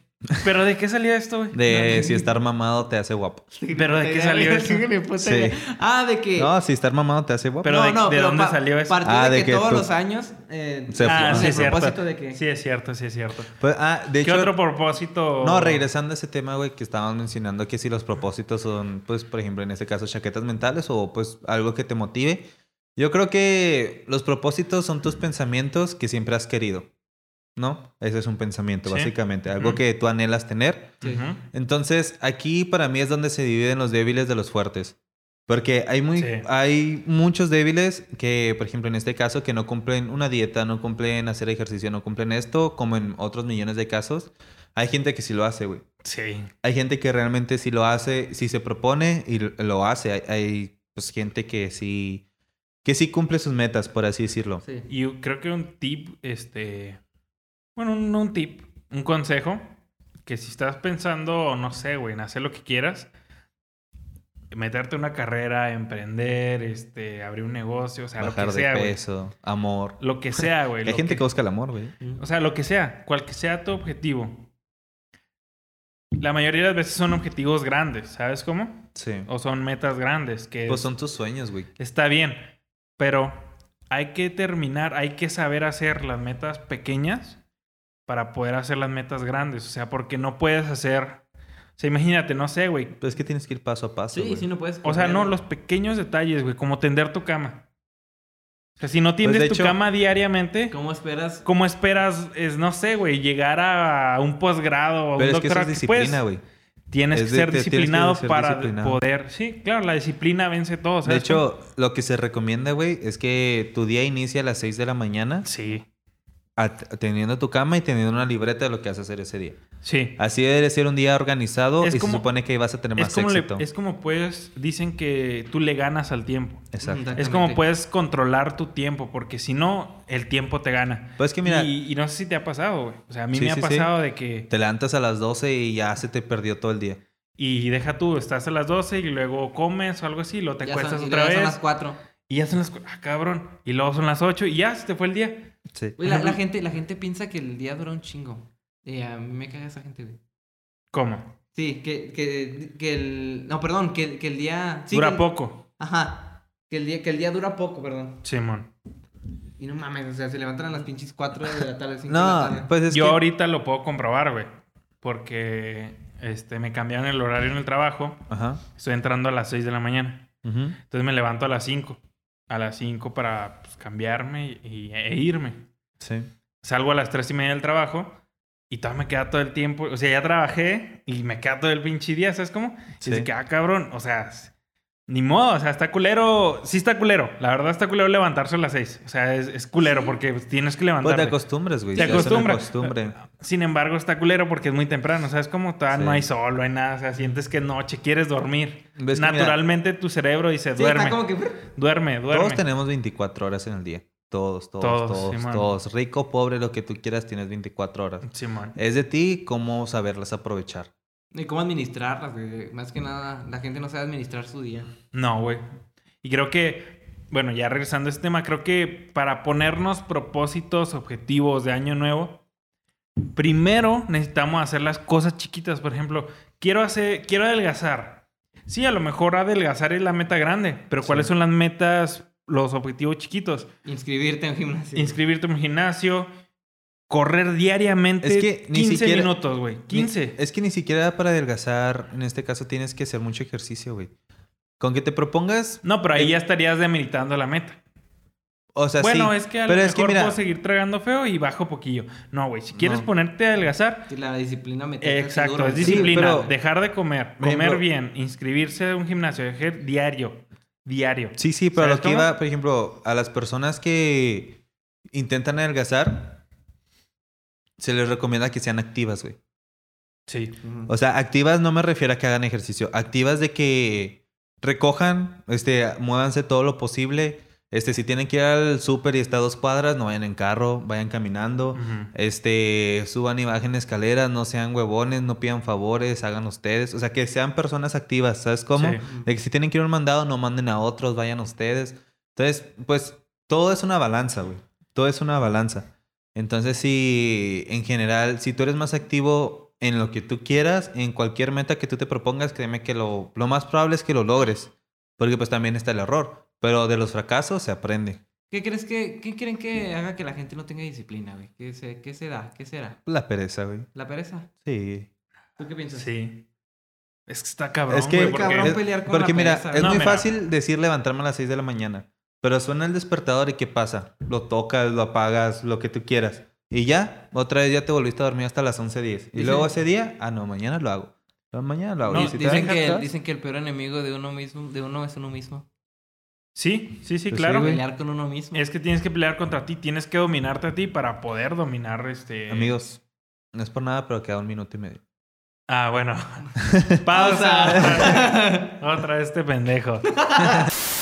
¿Pero de qué salió esto, güey?
De si estar mamado te hace guapo.
¿Pero de qué salió eso?
Sí.
Sí. Ah, de que.
No, si estar mamado te hace guapo.
Pero- de- ¿de dónde salió eso?
Partió
Ah,
de,
de
que,
que
todos
tú-
los años. eh,
Se
con
fue.
Ah, sí,
el
es cierto.
propósito de que.
Sí, es cierto, sí, es cierto.
Pues, ah, de
¿Qué
hecho,
otro propósito?
No, regresando a ese tema, güey, que estábamos mencionando, que si los propósitos son, pues, por ejemplo, en este caso, chaquetas mentales o, pues, algo que te motive. Yo creo que los propósitos son tus pensamientos que siempre has querido, ¿no? Ese es un pensamiento,
Sí.
básicamente, algo
Ujú.
que tú anhelas tener.
Sí.
Ujú.
Entonces, aquí para mí es donde se dividen los débiles de los fuertes. Porque hay, muy,
Sí.
hay muchos débiles que, por ejemplo, en este caso, que no cumplen una dieta, no cumplen hacer ejercicio, no cumplen esto, como en otros millones de casos. Hay gente que sí lo hace, güey.
Sí.
Hay gente que realmente sí lo hace, sí se propone y l- lo hace. Hay, hay, pues, gente que sí, que sí cumple sus metas, por así decirlo.
Sí.
Y yo creo que un tip, este. Bueno, no un tip, un consejo. Que si estás pensando, no sé, güey, en hacer lo que quieras, meterte en una carrera, emprender, este, abrir un negocio, o sea,
Bajar
lo que sea,
de
güey.
peso, amor.
Lo que sea, güey.
Hay
lo
gente que...
que-
busca el amor, güey.
O sea, lo que sea, cual que sea tu objetivo. La mayoría de las veces son objetivos grandes, ¿sabes cómo?
Sí.
O son metas grandes. Que
Pues son tus sueños, güey.
Está bien, pero hay que terminar, hay que saber hacer las metas pequeñas para poder hacer las metas grandes. O sea, porque no puedes hacer. O sea, imagínate, no sé, güey.
Pues es que tienes que ir paso a paso,
Sí,
güey.
sí, no puedes.
O sea,
correr.
no, los pequeños detalles, güey, como tender tu cama. O sea, si no tiendes
Pues, de
tu
hecho-
cama diariamente,
¿Cómo esperas?
¿cómo esperas, es, no sé, güey, llegar a un posgrado o a un
Pero es que eso es
doctorado?
disciplina,
Pues,
güey.
Tienes
Es
que
de-
ser
te- tienes que
disciplinado
ser
para
disciplinado.
poder. Sí, claro, la disciplina vence todo.
de
¿sabes cómo?
hecho, lo que se recomienda, güey, es que tu día inicie a las 6 de la mañana
sí,
at- teniendo tu cama y teniendo una libreta de lo que vas a hacer ese día.
sí.
Así debe ser un día organizado
Es
y
como-
se supone que vas a tener
Es
más
como, le-
éxito.
es como puedes, dicen que tú le ganas al tiempo.
Exacto.
Exactamente.
Es como puedes controlar tu tiempo, porque si no, el tiempo te gana.
Pues que mira,
y, y no sé si te ha pasado, güey. O sea, a mí
Sí,
me ha
sí, sí.
pasado de que...
te levantas a las 12 y ya se te perdió todo el día.
Y deja tú, estás a las 12 y luego comes o algo así, lo te
Ya
acuestas
son- y
otra
luego
vez.
Son las cuatro.
Y ya son las... cu- Ah, cabrón. Y luego son las 8 y ya se te fue el día.
Sí.
Güey, la,
Ajá.
la gente, la gente piensa que el día dura un chingo. Y a mí me caga esa gente, güey.
¿Cómo?
Sí, que, que, que el. No, perdón, que, que el día. Sí,
Dura
que el-
poco,
Ajá. Que el, día, que el día dura poco, perdón.
Simón.
Y no mames, o sea, se levantan a las pinches 4 de la tarde, 5 de la
No,
tarde.
pues es
Yo
que...
ahorita lo puedo comprobar, güey. Porque este, me cambiaron el horario en el trabajo.
Ajá.
Estoy entrando a las 6 de la mañana.
Ujú.
Entonces me levanto a las 5. A las 5 para pues, cambiarme y, e irme.
Sí. Pues
Salgo a las 3 y media del trabajo y todavía me queda todo el tiempo. ah, O sea, ya trabajé y me queda todo el pinche día, ¿sabes cómo?
Sí.
Y se queda cabrón. O sea, s- Ni modo, o sea, está culero. Sí está culero. La verdad está culero levantarse a las 6. O sea, es, es culero porque pues, tienes que
Pues te
levantarte.
acostumbras, güey.
Te Ah,
se hace una
acostumbras.
costumbre.
Sin embargo, está culero porque es muy temprano. ¿Sabes cómo? Todavía
Sí.
no hay sol, no hay nada. O sea, sientes que es noche, quieres dormir.
Ves que, mira,
Naturalmente tu cerebro dice,
Sí,
duerme,
está como que...
duerme, duerme.
Todos tenemos 24 horas en el día. Todos, todos,
Todos,
todos,
sí,
todos.
mano.
Rico, pobre, lo que tú quieras, tienes 24 horas.
Simón.
Es de ti cómo saberlas aprovechar.
¿Y cómo administrarlas, güey? Más que nada, la gente no sabe administrar su día.
No, güey. Y creo que, bueno, ya regresando a este tema, creo que para ponernos propósitos, objetivos de año nuevo, primero necesitamos hacer las cosas chiquitas. Por ejemplo, quiero hacer, quiero adelgazar. Sí, a lo mejor adelgazar es la meta grande, pero ¿cuáles son las metas, los objetivos chiquitos?
Inscribirte en gimnasio.
Inscribirte en un gimnasio, correr diariamente
Es que ni
15
siquiera-
minutos, güey. 15.
Ni- es que ni siquiera para adelgazar, en este caso, tienes que hacer mucho ejercicio, güey. Con que te propongas,
No, pero ahí
Eh,
ya estarías demeritando la meta.
o sea,
bueno,
sí,
es que a lo
pero
mejor
es que mira,
puedo seguir tragando feo y bajo poquillo. No, güey, si quieres
No.
ponerte a adelgazar,
Y la disciplina meterte así
exacto,
duro,
es
güey.
disciplina,
pero-
dejar de comer,
Por
comer
ejemplo-
bien, inscribirse a un gimnasio, ejer- diario, diario.
Sí, sí, pero
¿Sabes
lo que
cómo?
iba, por ejemplo, a las personas que intentan adelgazar, se les recomienda que sean activas, güey.
Sí.
Ujú.
O sea, activas no me refiero a que hagan ejercicio, activas de que recojan, este, muévanse todo lo posible. Este, si tienen que ir al súper y está a dos cuadras, no vayan en carro, vayan caminando.
Ujú.
Este, suban y bajen escaleras, no sean huevones, no pidan favores, hagan ustedes. O sea, que sean personas activas, ¿sabes cómo?
Sí.
De que si tienen que ir a un mandado, no manden a otros, vayan ustedes. Entonces, pues todo es una balanza, güey. Todo es una balanza. Entonces, si en general, si tú eres más activo en lo que tú quieras, en cualquier meta que tú te propongas, créeme que lo, lo más probable es que lo logres. Porque pues también está el error. Pero de los fracasos se aprende.
¿Qué crees que, qué creen que haga que la gente no tenga disciplina, güey? ¿Qué, se, ¿Qué se da? ¿Qué será?
La pereza, güey.
¿La pereza?
Sí.
¿Tú qué piensas?
Sí. Es que está cabrón,
Es que-
güey, porque-
Cabrón,
Es-
pelear con
porque
la
mira,
pereza,
es
¿no?
muy
Mira.
fácil decir levantarme a las 6 de la mañana, pero suena el despertador y ¿qué pasa? Lo tocas, lo apagas, lo que tú quieras. Y ya, otra vez ya te volviste a dormir hasta las 11.10. Y
Dicen-
luego ese día, ah, no, mañana lo hago. No, mañana lo hago.
No,
Y si te
Dicen
dejas
que, el,
atrás,
dicen que el peor enemigo de uno mismo, de uno es uno mismo.
Sí, sí, sí,
Pues sí,
claro.
güey.
Pelear con uno mismo.
es que tienes que pelear contra ti, tienes que dominarte a ti para poder dominar este...
Amigos, no es por nada, pero queda un minuto y medio.
Ah, bueno. Pausa. Otra vez este pendejo.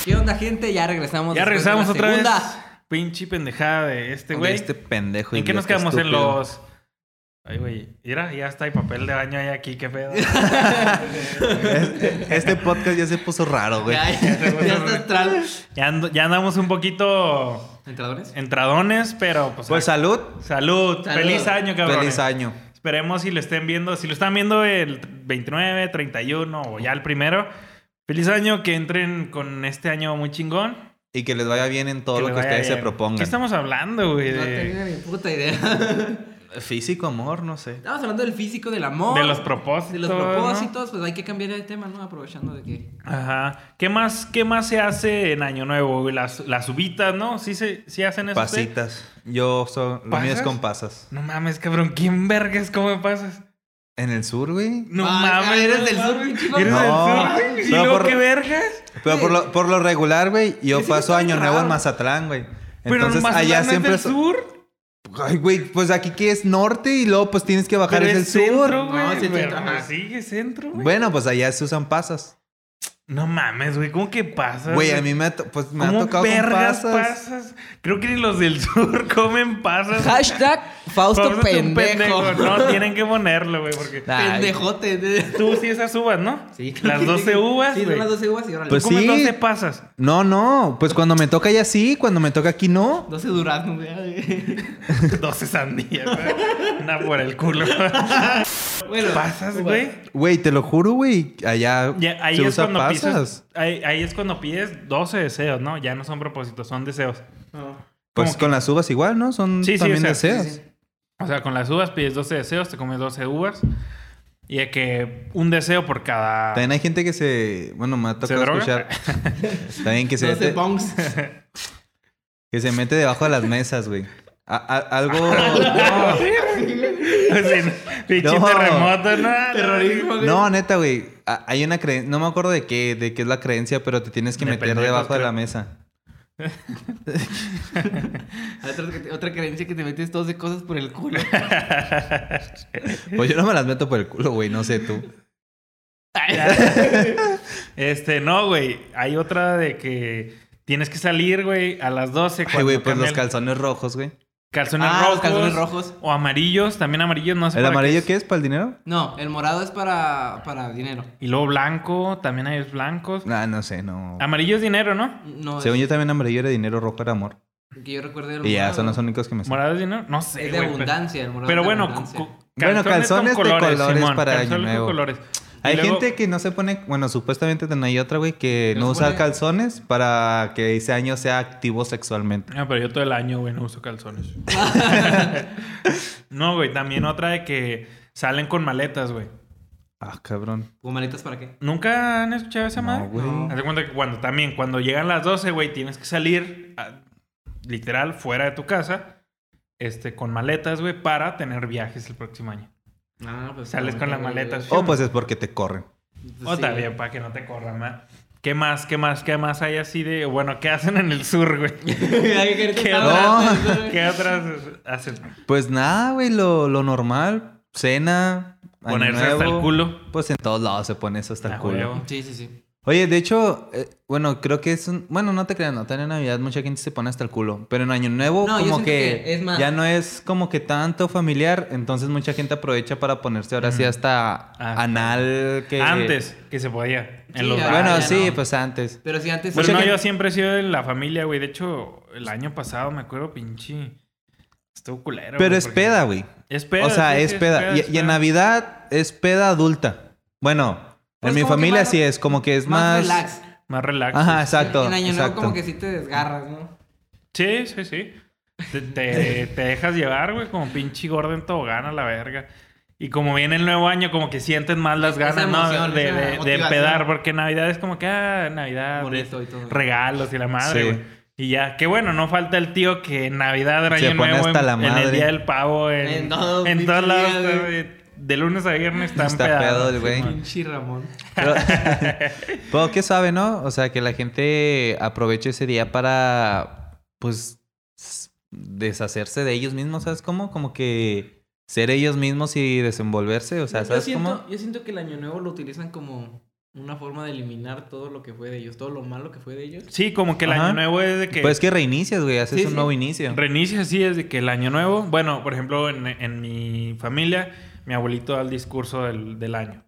¿Qué onda, gente? Ya regresamos.
Ya
después de la
regresamos otra vez.
segunda.
Pinche pendejada de este güey.
Este pendejo.
¿En qué nos
idiota,
quedamos? En
estúpido.
los. Ay, güey. Mira, ya está hay papel de baño ahí aquí, qué pedo.
Este, este podcast ya se puso raro, güey.
Ya, ya,
güey.
ya está astral.
ya, ando- ya andamos un poquito
¿Entradores?
entradones, pero pues.
Pues
ah,
salud.
salud.
salud.
Feliz año, cabrón.
Feliz año.
Esperemos si lo estén viendo. Si lo están viendo el 29, 31 o ya el primero. Feliz año, que entren con este año muy chingón.
Y que les vaya bien en todo
Que
lo
les
que
vaya
ustedes se
bien.
propongan.
¿Qué estamos hablando, güey?
No
De-
tengo ni puta idea.
Físico, amor, no sé.
Estamos hablando del físico, del amor.
De los propósitos,
De los
¿no?
propósitos, pues hay que cambiar el tema, ¿no? Aprovechando de que.
Ajá. ¿Qué más, qué más se hace en Año Nuevo? güey? Las, las uvitas, ¿no? ¿Sí, se, sí hacen eso? ustedes?
Pasitas. Yo soy. Lo mío es
¿Pasas?
con pasas.
No mames, cabrón. ¿Quién vergas? ¿Cómo me pasas?
En el sur, güey.
No
Ah,
mames.
eres
no
del sur,
mames.
pinche
Eres
mamón.
del sur,
No.
güey. ¿Y
No,
luego
por-
qué vergas?
Pero por lo, por lo regular, güey, yo
Sí, sí,
paso
está
año
bien
nuevo en
raro.
Mazatlán, güey.
Pero
Entonces
Mazatlán
allá
no
siempre.
es del
so-
sur.
Ay, güey, pues aquí que es norte y luego pues tienes que bajar
Pero
es el
es centro,
sur.
güey.
No, sí,
pero pues
centro, ajá.
sí, es centro, güey.
Bueno, pues allá se usan pasas.
No mames, güey. ¿Cómo que pasas?
Güey, a mí me ha, to- pues, me ha
Ah, ¿Cómo
tocado con
vergas
pasas.
pasas? Creo que ni los del sur comen pasas.
Hashtag Fausto,
Pablo, tú
pendejo.
No, tienen que ponerlo, güey, porque...
Ay.
Pendejote.
Tú sí esas uvas, ¿no?
Sí.
Las 12 uvas,
Sí, son
güey.
las 12 uvas y órale.
Pues
¿Cómo
sí.
12 pasas?
No, no, pues cuando me toca allá sí, cuando me toca aquí no.
12 duraznos, güey.
12 sandías, güey. Una por el culo.
Bueno,
pasas,
uva.
güey.
Güey, te lo juro, güey, allá
Ya, ahí,
se
es
usa
cuando
pasas.
pisas- ahí, ahí es cuando pides 12 deseos, ¿no? Ya no son propósitos, son deseos.
No.
Pues
como
con las uvas igual, ¿no? Son
Sí, sí,
también
o sea, sí,
deseos.
sí.
O sea, con las uvas pides 12 deseos, te comes 12 uvas. Y de que un deseo por cada...
También hay gente que se. Bueno, me ha tocado
Ah. droga?
escuchar. También que se,
12
mete,
bongs.
que se mete debajo de las mesas, güey. A- a- algo. no,
Pinche
No.
terremoto, ¿no?
Terrorismo.
no, neta, güey. A- a- hay una creencia, no me acuerdo de qué, de qué es la creencia, pero te tienes que
De
meter
pendejos,
debajo de
creo.
la mesa.
Otra, que- otra creencia que te metes todos de cosas por el culo.
Pues yo no me las meto por el culo, güey, no sé tú.
Este, no, güey. Hay otra de que tienes que salir, güey, a las 12.
Ay,
cuando
güey, pues
cambia
los
el-
calzones rojos, güey.
calzones
ah,
rojos.
los calzones rojos.
O amarillos, también amarillos, no sé.
¿El
para
amarillo
es.
qué es? ¿Para el dinero?
No, el morado es para, para dinero.
Y luego blanco, también hay blancos.
Ah, no sé, no.
Amarillo es dinero, ¿no?
No,
Según
es,
yo también amarillo era dinero, rojo era amor.
que yo recuerde el
Y ya
morado.
son los únicos que me sé.
Morado es dinero. No sé.
Es de
güey, pero-
abundancia, el morado.
Pero,
es de
bueno,
abundancia.
cu- cu-
Bueno, calzones
con
de colores
Simón,
para Año
calzones con
Nuevo.
colores. Y
Hay
luego-
gente que no se pone, bueno, supuestamente también hay otra, güey, que
Pero
no
se
usa
pone-
calzones para que ese año sea activo sexualmente.
Ah, pero yo todo el año, güey, no uso calzones. no, güey, también otra de que salen con maletas, güey.
Ah, cabrón.
¿Con maletas para qué?
¿Nunca han escuchado esa
No,
madre?
güey.
No.
Haz de cuenta que cuando también, cuando llegan las 12, güey, tienes que salir a- literal fuera de tu casa, este, con maletas, güey, para tener viajes el próximo año.
No, pues
Ah, Sales con Pues las maletas. Oh,
O pues es porque te corren.
O también para que no te corran, ¿verdad? ¿Qué más, qué más, qué más hay así de, bueno, qué hacen en el sur, güey?
¿Qué
¿Qué, otras, ¿Qué otras hacen?
Pues nada, güey, lo, lo normal. Cena. año
Ponerse hasta el
nuevo.
culo.
Pues en todos lados se pone eso hasta el
Ah,
culo.
huevo.
Sí, sí, sí.
Oye, de hecho, eh, bueno, creo que es un... Bueno, no te creas, no, tan en Navidad mucha gente se pone hasta el culo. Pero en Año Nuevo
No, yo
como
siento
que,
que es más-
ya no es como que tanto familiar. Entonces mucha gente aprovecha para ponerse ahora sí hasta
Ah.
anal que...
Antes que se podía. En
Sí,
los
ya-
bares.
Bueno,
Ah, ya
sí,
no.
pues antes.
Pero si antes.
Pero no,
Mucha
yo
gente-
siempre he sido de la familia, güey. De hecho, el año pasado me acuerdo, pinche. Estuvo culero.
Pero
güey, pues,
es
porque-
peda, güey.
Es peda.
o sea,
sí, sí,
es peda. Y-
es
y, en
peda.
Navidad es peda adulta. Bueno,
Pues
en mi
como que
familia
más-
sí es, como que es más...
relax.
Más relax.
Ajá,
sí.
exacto.
En Año Nuevo,
exacto.
como que sí te desgarras, ¿no?
Sí, sí, sí. Te, te- te dejas llevar, güey, como pinche gordo en tobogán a la verga. Y como viene el nuevo año, como que sientes más las
Esa
ganas, ¿no?
emoción,
de,
esa
de, de
motivación.
pedar, porque Navidad es como que, ah, Navidad.
Bonito
es
y todo.
Regalos y la madre,
Sí.
güey. Y ya, que bueno, no falta el tío que en Navidad, en
Se
Año
pone
Nuevo,
hasta
en,
la
en el
madre.
Día del Pavo, en,
En todos
en
pinches
todos lados,
días,
güey, de lunes a viernes están
Está
pedados,
pedo el güey.
Simón.
Pinche Ramón.
Pero, pero qué suave, ¿no? O sea, que la gente aproveche ese día para, pues, s- deshacerse de ellos mismos, ¿sabes cómo? Como que ser ellos mismos y desenvolverse, o sea,
yo,
¿sabes
siento,
cómo?
yo siento que el Año Nuevo lo utilizan como una forma de eliminar todo lo que fue de ellos, todo lo malo que fue de ellos.
Sí, como que el
Ajá.
año nuevo es de que
Pues que reinicias, güey, haces
Sí,
un
sí.
nuevo inicio.
reinicia así, es de que el año nuevo, bueno, por ejemplo, en, en mi familia, mi abuelito da el discurso del, del año.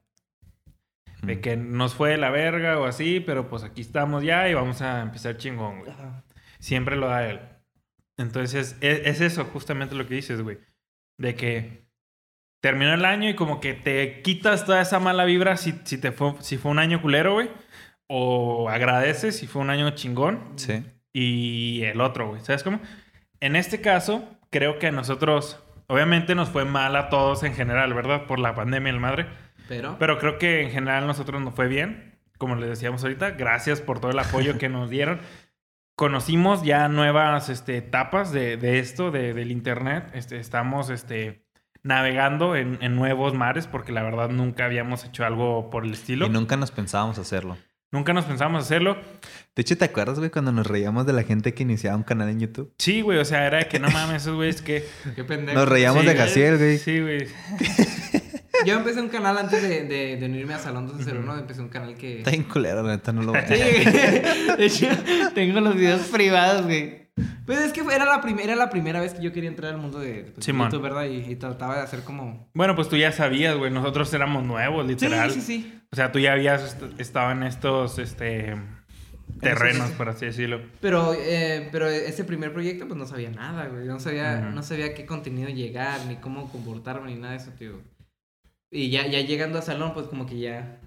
De que nos fue de la verga o así, pero pues aquí estamos ya y vamos a empezar chingón, güey. Siempre lo da él. Entonces, e- es, eso justamente lo que dices, güey. De que terminó el año y como que te quitas toda esa mala vibra si, si, te fue, si fue un año culero, güey. O agradeces si fue un año chingón.
Sí.
Y el otro, güey. ¿Sabes cómo? En este caso, creo que a nosotros, obviamente nos fue mal a todos en general, ¿verdad? Por la pandemia y el madre.
Pero,
Pero creo que en general a nosotros nos fue bien. Como les decíamos ahorita, gracias por todo el apoyo que nos dieron. Conocimos ya nuevas este, etapas de, de esto, de- del internet. Este, estamos este, navegando en, en nuevos mares porque la verdad nunca habíamos hecho algo por el estilo.
Y nunca nos pensábamos hacerlo.
Nunca nos pensábamos hacerlo.
De hecho, ¿te acuerdas, güey, cuando nos reíamos de la gente que iniciaba un canal en YouTube?
Sí, güey, o sea, era de que no mames, esos güeyes que...
qué pendejo.
Nos reíamos
Sí,
de
güey.
Gaciel, güey.
Sí, güey.
Yo empecé un canal antes de, de, de unirme a Salón 201. Empecé un canal que.
Está bien culero, la neta, no lo voy
Sí, güey. De hecho, tengo los videos privados, güey. Pues es que fue- era la, primera era la primera vez que yo quería entrar al mundo de pues,
Simón.
YouTube, ¿verdad? Y, y trataba de hacer como.
Bueno, pues tú ya sabías, güey. Nosotros éramos nuevos,
Sí,
literal.
sí, sí.
O sea, tú ya habías est- estado en estos este, terrenos, por así decirlo.
Pero, eh, pero ese primer proyecto, pues no sabía nada, güey. No sabía,
Ujú.
no sabía qué contenido llegar, ni cómo comportarme, ni nada de eso, tío. Y ya, ya llegando a Salón, pues como que ya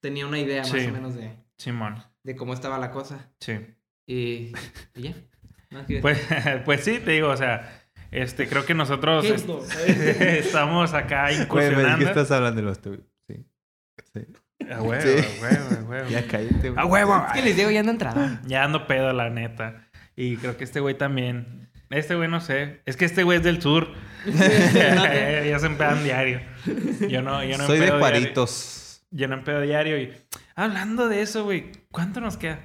tenía una idea
Sí.
más o menos de,
Simón,
de cómo estaba la cosa.
sí.
Y, y ya. Nada que-
Pues, pues sí, te digo, o sea, este, creo que nosotros
¿Qué
est-
es lo-
estamos acá
Güey, güey, ¿de qué
incursionando.
estás hablando? Los tú? Sí. Sí.
A huevo,
Sí.
a huevo, a huevo.
Ya cállate,
Ah,
güey.
A huevo.
Es que les digo, ya ando entrada.
Ya ando pedo, la neta. Y creo que este güey también. Este güey no sé. Es que este güey es del sur. ya se empedan diario. Yo no, yo no
Soy de
empedo diario.
Juaritos.
llenan pedo diario y... Hablando de eso, güey, ¿cuánto nos queda?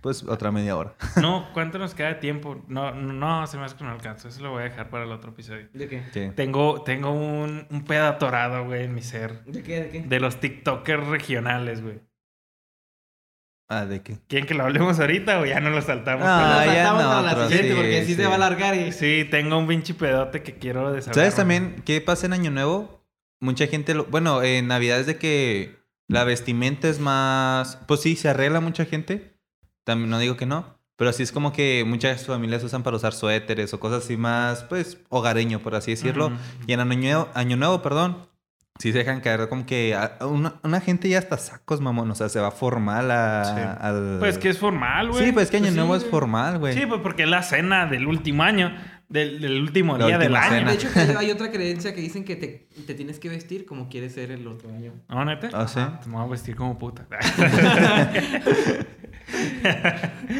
Pues otra media hora.
No, ¿cuánto nos queda de tiempo? No, no, se me hace que no alcanzo. Eso lo voy a dejar para el otro episodio.
¿De qué?
Sí.
Tengo, tengo un, un pedo atorado, güey, en mi ser.
¿De qué? ¿De qué?
De los TikTokers regionales, güey.
Ah, ¿de qué?
¿Quieren que lo hablemos ahorita o ya no lo saltamos?
Ah,
Nos
ya
saltamos
no,
a la
pero
siguiente
sí,
porque sí,
sí.
se va a alargar y...
Sí, tengo un pinche pedote que quiero desarrollar.
¿Sabes también qué pasa en Año Nuevo? Mucha gente, lo- bueno, en Navidad es de que la vestimenta es más, pues sí, se arregla mucha gente, también no digo que no, pero sí es como que muchas familias usan para usar suéteres o cosas así más, pues, hogareño, por así decirlo.
Ujú.
Y en Año Nuevo, Año Nuevo, perdón, sí se dejan caer como que a- a una, una gente ya hasta sacos, mamón, o sea, se va formal a,
Sí.
al...
Pues que es formal, güey.
Sí, pues que Año
sí,
Nuevo es
güey.
formal, güey.
Sí, pues porque es la cena del último año, del, del último
La
día del
última
año.
cena.
De hecho, que hay otra creencia que dicen que te, te tienes que vestir como quieres ser el otro año.
¿No, neta?
Ah, sí.
Te me voy a vestir como puta.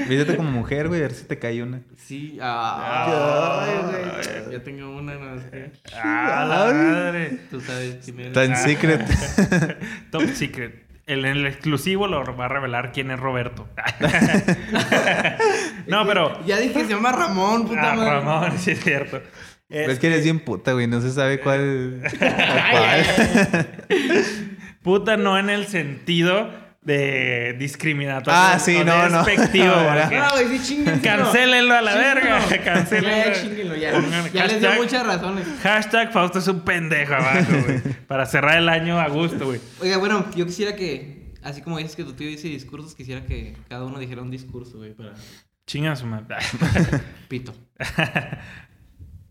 Vístete como mujer, güey, a ver si te cae
Eh.
una.
Sí,
Ah.
ay, güey. Yo tengo una, no es que
¡Ah, la madre!
tú sabes quién eres.
Tan secret.
Ah. Top secret. El, el exclusivo lo va a revelar quién es Roberto. no, pero...
Ya dije, se llama Ramón, puta
Ah,
madre.
Ramón, sí es cierto. Eh,
Es que eres bien puta, güey. No se sabe cuál.
ay,
cuál.
Puta no en el sentido de discriminatorio.
Ah, sí,
o
no, no.
despectivo,
Ahora.
porque-
No, güey, sí, chinguen.
Cancélenlo a la verga.
Ya, ya,
Cancélenlo.
chínguenlo, ya.
Pongan
Ya les dio
hashtag.
muchas razones.
Hashtag Fausto es un pendejo abajo, güey. Para cerrar el año a gusto, güey.
Oiga, bueno, yo quisiera que, así como dices que tu tío dice discursos, quisiera que cada uno dijera un discurso, güey, para...
Chinga su madre.
Pito.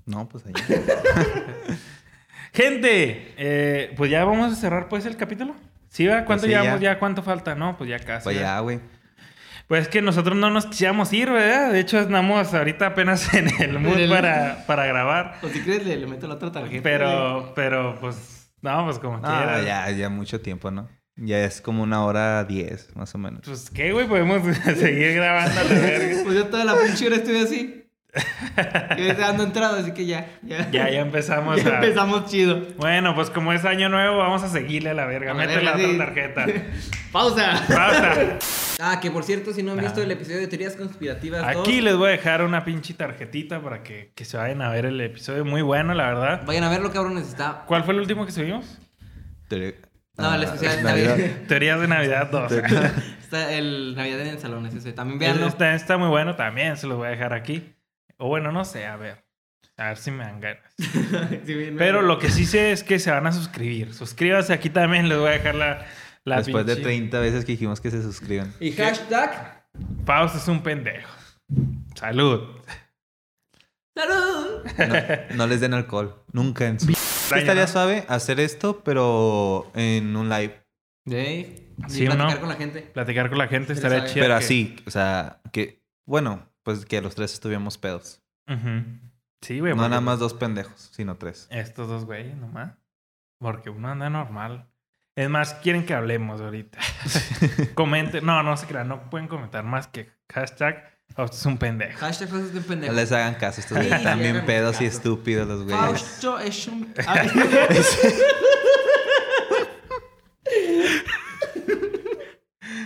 No, pues ahí.
Gente, eh, pues ya vamos a cerrar pues el capítulo. ¿Sí va? ¿Cuánto
Pues sí,
llevamos ya.
ya.
¿Cuánto falta? No, pues ya casi.
Pues
¿verdad?
ya, güey.
Pues que nosotros no nos quisiéramos ir, ¿verdad? De hecho, andamos ahorita apenas en el mood
el-
Para, para grabar.
O Pues, si crees, le, le meto la otra tarjeta. güey.
Pero, pero, pues, no, pues como
Ah,
quieras.
ya, ya mucho tiempo, ¿no? Ya es como una hora diez, más o menos.
Pues, ¿qué, güey? Podemos seguir grabando a la verga.
Pues yo toda la pinche hora estuve así. Yo estaba dando entrada, así que ya. Ya,
Ya, ya empezamos
ya
a...
empezamos chido.
Bueno, pues como es año nuevo, vamos a seguirle a la verga.
A la
Mete la
verga,
otra
sí.
tarjeta.
¡Pausa!
Basta.
Ah, que por cierto, si no han
Ah.
visto el episodio de teorías conspirativas,
Aquí les voy a dejar una pinche tarjetita para que, que se vayan a ver el episodio. Muy bueno, la verdad.
vayan a verlo, cabrones. Está.
¿Cuál fue el último que subimos?
Te-
No,
ah,
el especial de
Navidad.
Navidad.
Teorías de Navidad 2.
Está el Navidad en el Salón, es ese. También véanlo.
Este está, está muy bueno también, se los voy a dejar aquí. O bueno, no sé, a ver. A ver si me dan ganas.
Sí, bien,
Pero
bien.
lo que sí sé es que se van a suscribir. Suscríbanse aquí también, les voy a dejar la, la
Después de
pinche-
30 veces que dijimos que se suscriban.
Y hashtag.
Paus es un pendejo. Salud.
¡Salud!
No, no les den alcohol. Nunca en su. Sí estaría suave hacer esto, pero en un live.
Dave.
Sí,
Sí,
¿o no?
platicar con la gente.
Platicar con la gente estaría
Interesante.
chido.
Pero
que-
así, o sea, que. Bueno, pues que los tres estuviéramos pedos.
Ujú. Sí, güey. porque
No
pues
nada más dos pendejos, sino tres.
Estos dos güeyes nomás. Porque uno anda normal. Es más, quieren que hablemos ahorita. Comenten. No, no se crean. No pueden comentar más que hashtag Fausto es un pendejo.
Hashtag cosas de
No
pendejo.
les hagan caso, estos
Sí,
güeyes
sí,
están bien
hagan
pedos y
caso.
estúpidos los güeyes.
Fausto es un.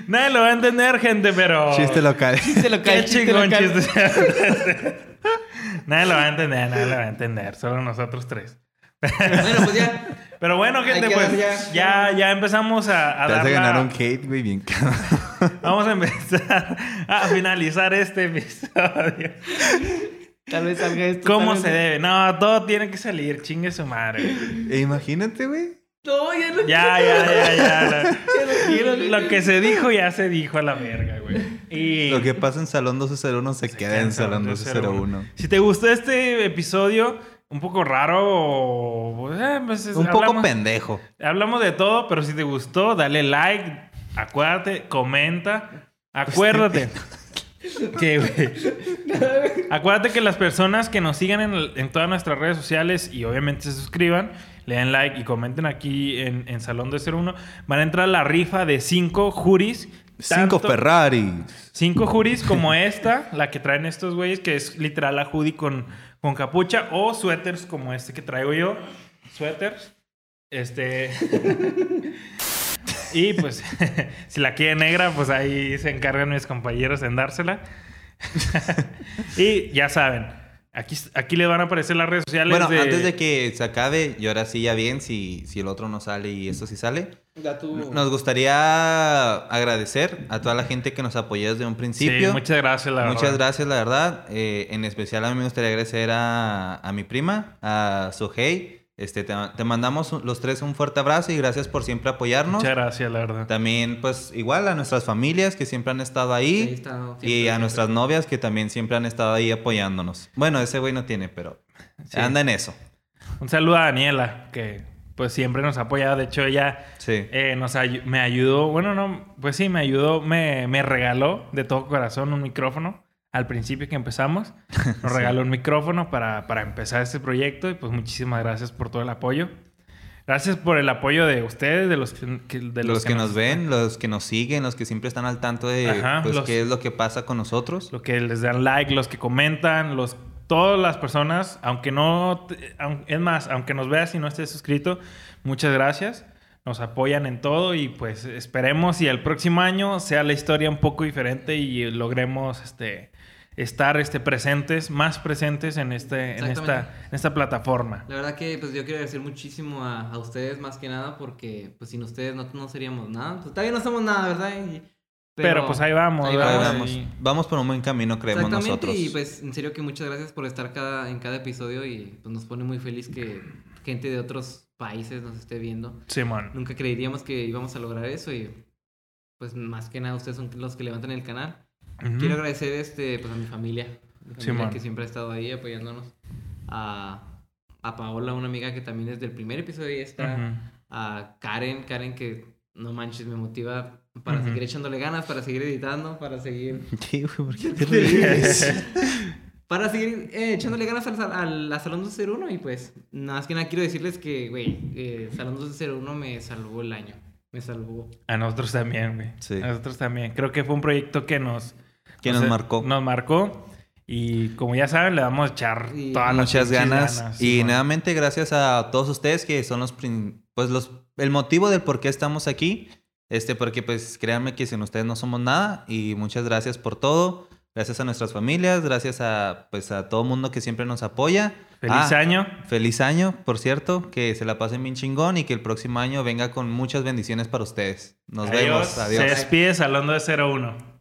Nadie lo va a entender, gente, pero...
Chiste local.
Se lo
Qué
cae
chingón chiste. nadie lo va a entender, nadie lo va a entender. Solo nosotros tres.
Bueno, pues ya.
Pero bueno, gente,
Hay que
pues
darle
ya,
ya-
ya empezamos a, a
Te vas
dar
a
la-
ganar un Kate, güey, bien cabrón.
Vamos a empezar a finalizar este episodio.
Tal vez salga esto.
¿Cómo
tal
se
vez-
debe? No, todo tiene que salir. Chingue su madre. güey.
E imagínate, güey.
No, ya no.
Ya, ya, ya, ya.
Ya no quiero.
Lo, lo que se dijo ya se dijo a la verga, güey. Y
Lo que pasa en Salón 1201 se, queda en Salón 1201.
Si te gustó este episodio, un poco raro, pues, eh, pues,
Un poco
hablamos-
pendejo.
Hablamos de todo, pero si te gustó, dale like, acuérdate, comenta, acuérdate. que, güey. Acuérdate que las personas que nos sigan en, el- en todas nuestras redes sociales y obviamente se suscriban, le den like y comenten aquí en, en Salón de 01, van a entrar a la rifa de 5 juris. tanto-
Cinco Ferraris.
Cinco juris como esta, la que traen estos güeyes, que es literal la hoodie con, con capucha, o suéteres como este que traigo yo. Suéteres. Este. Y pues, si la quiere negra, pues ahí se encargan mis compañeros en dársela. y ya saben, aquí, aquí le van a aparecer las redes sociales.
Bueno,
de...
antes de que se acabe, y ahora sí ya bien, si, si el otro no sale y esto sí sale,
Da tu-
nos gustaría agradecer a toda la gente que nos apoyó desde un
Sí,
principio.
muchas gracias, la
Muchas
verdad.
gracias, la verdad. Eh, en especial a mí me gustaría agradecer a, a mi prima, a Sohei. Este, te, te mandamos un- los tres un fuerte abrazo y gracias por siempre apoyarnos.
Muchas gracias, la verdad.
También, pues, igual a nuestras familias que siempre han estado
Ahí
ahí.
está, siempre,
Y a
siempre.
nuestras novias que también siempre han estado ahí apoyándonos. Bueno, ese güey no tiene, pero
Sí.
anda en eso.
Un saludo a Daniela, que pues siempre nos ha apoyado. De hecho, ella
Sí.
eh, nos ayu- me ayudó, bueno, no, pues sí, me ayudó, me, me regaló de todo corazón un micrófono. Al principio que empezamos, nos regaló un micrófono para, para empezar este proyecto y pues muchísimas gracias por todo el apoyo. Gracias por el apoyo de ustedes, de los que, que- de
los, que, nos, ven, los que nos siguen, los que siempre están al tanto de
Ajá,
pues,
los-
qué es lo que pasa con nosotros.
Los que les dan like, los que comentan, los todas las personas, aunque no te- aun- es más, aunque nos veas y no estés suscrito, muchas gracias. Nos apoyan en todo y pues esperemos y el próximo año sea la historia un poco diferente y logremos este estar este presentes, más presentes en este en esta
Exactamente.
en esta plataforma.
La verdad que pues yo quiero agradecer muchísimo a, a ustedes más que nada porque pues sin ustedes no, no seríamos nada. Pues todavía no somos nada, ¿verdad? Y-
Pero, pues ahí vamos,
ahí
Ahí
¿verdad?
vamos,
Y-
vamos por un buen camino, creemos
Exactamente,
nosotros.
y pues en serio que muchas gracias por estar cada, en cada episodio y pues nos pone muy feliz que gente de otros países nos esté viendo.
Simón.
Nunca creeríamos que íbamos a lograr eso y pues más que nada ustedes son los que levantan el canal.
Ujú.
Quiero agradecer este pues a mi familia, mi
Sí,
familia
man.
que siempre ha estado ahí apoyándonos. A, a Paola, una amiga que también desde el primer episodio ya está.
Ujú.
A Karen, Karen que no manches, me motiva para
Ujú.
seguir echándole ganas, para seguir editando, para seguir
Sí, güey, ¿por qué te ríes?
Para seguir eh, echándole ganas al, sal- al, a Salón 201 y pues nada más que nada quiero decirles que, güey, eh, Salón 201 me salvó el año. Me salvó.
A nosotros también, güey.
Sí.
A nosotros también. Creo que fue un proyecto que nos...
Que
no
nos
sé,
marcó.
Nos marcó. Y como ya saben, le vamos a echar
Y
todas las
Muchas
pinches
ganas. y
Simón.
nuevamente gracias a todos ustedes que son los prin- pues los el motivo del por qué estamos aquí. Este, porque pues créanme que sin ustedes no somos nada. Y muchas gracias por todo. Gracias a nuestras familias, gracias a pues a todo mundo que siempre nos apoya.
Feliz
Ah,
año.
Feliz año, por cierto, que se la pasen bien chingón y que el próximo año venga con muchas bendiciones para ustedes. Nos vemos, adiós.
Se despide Salón 201.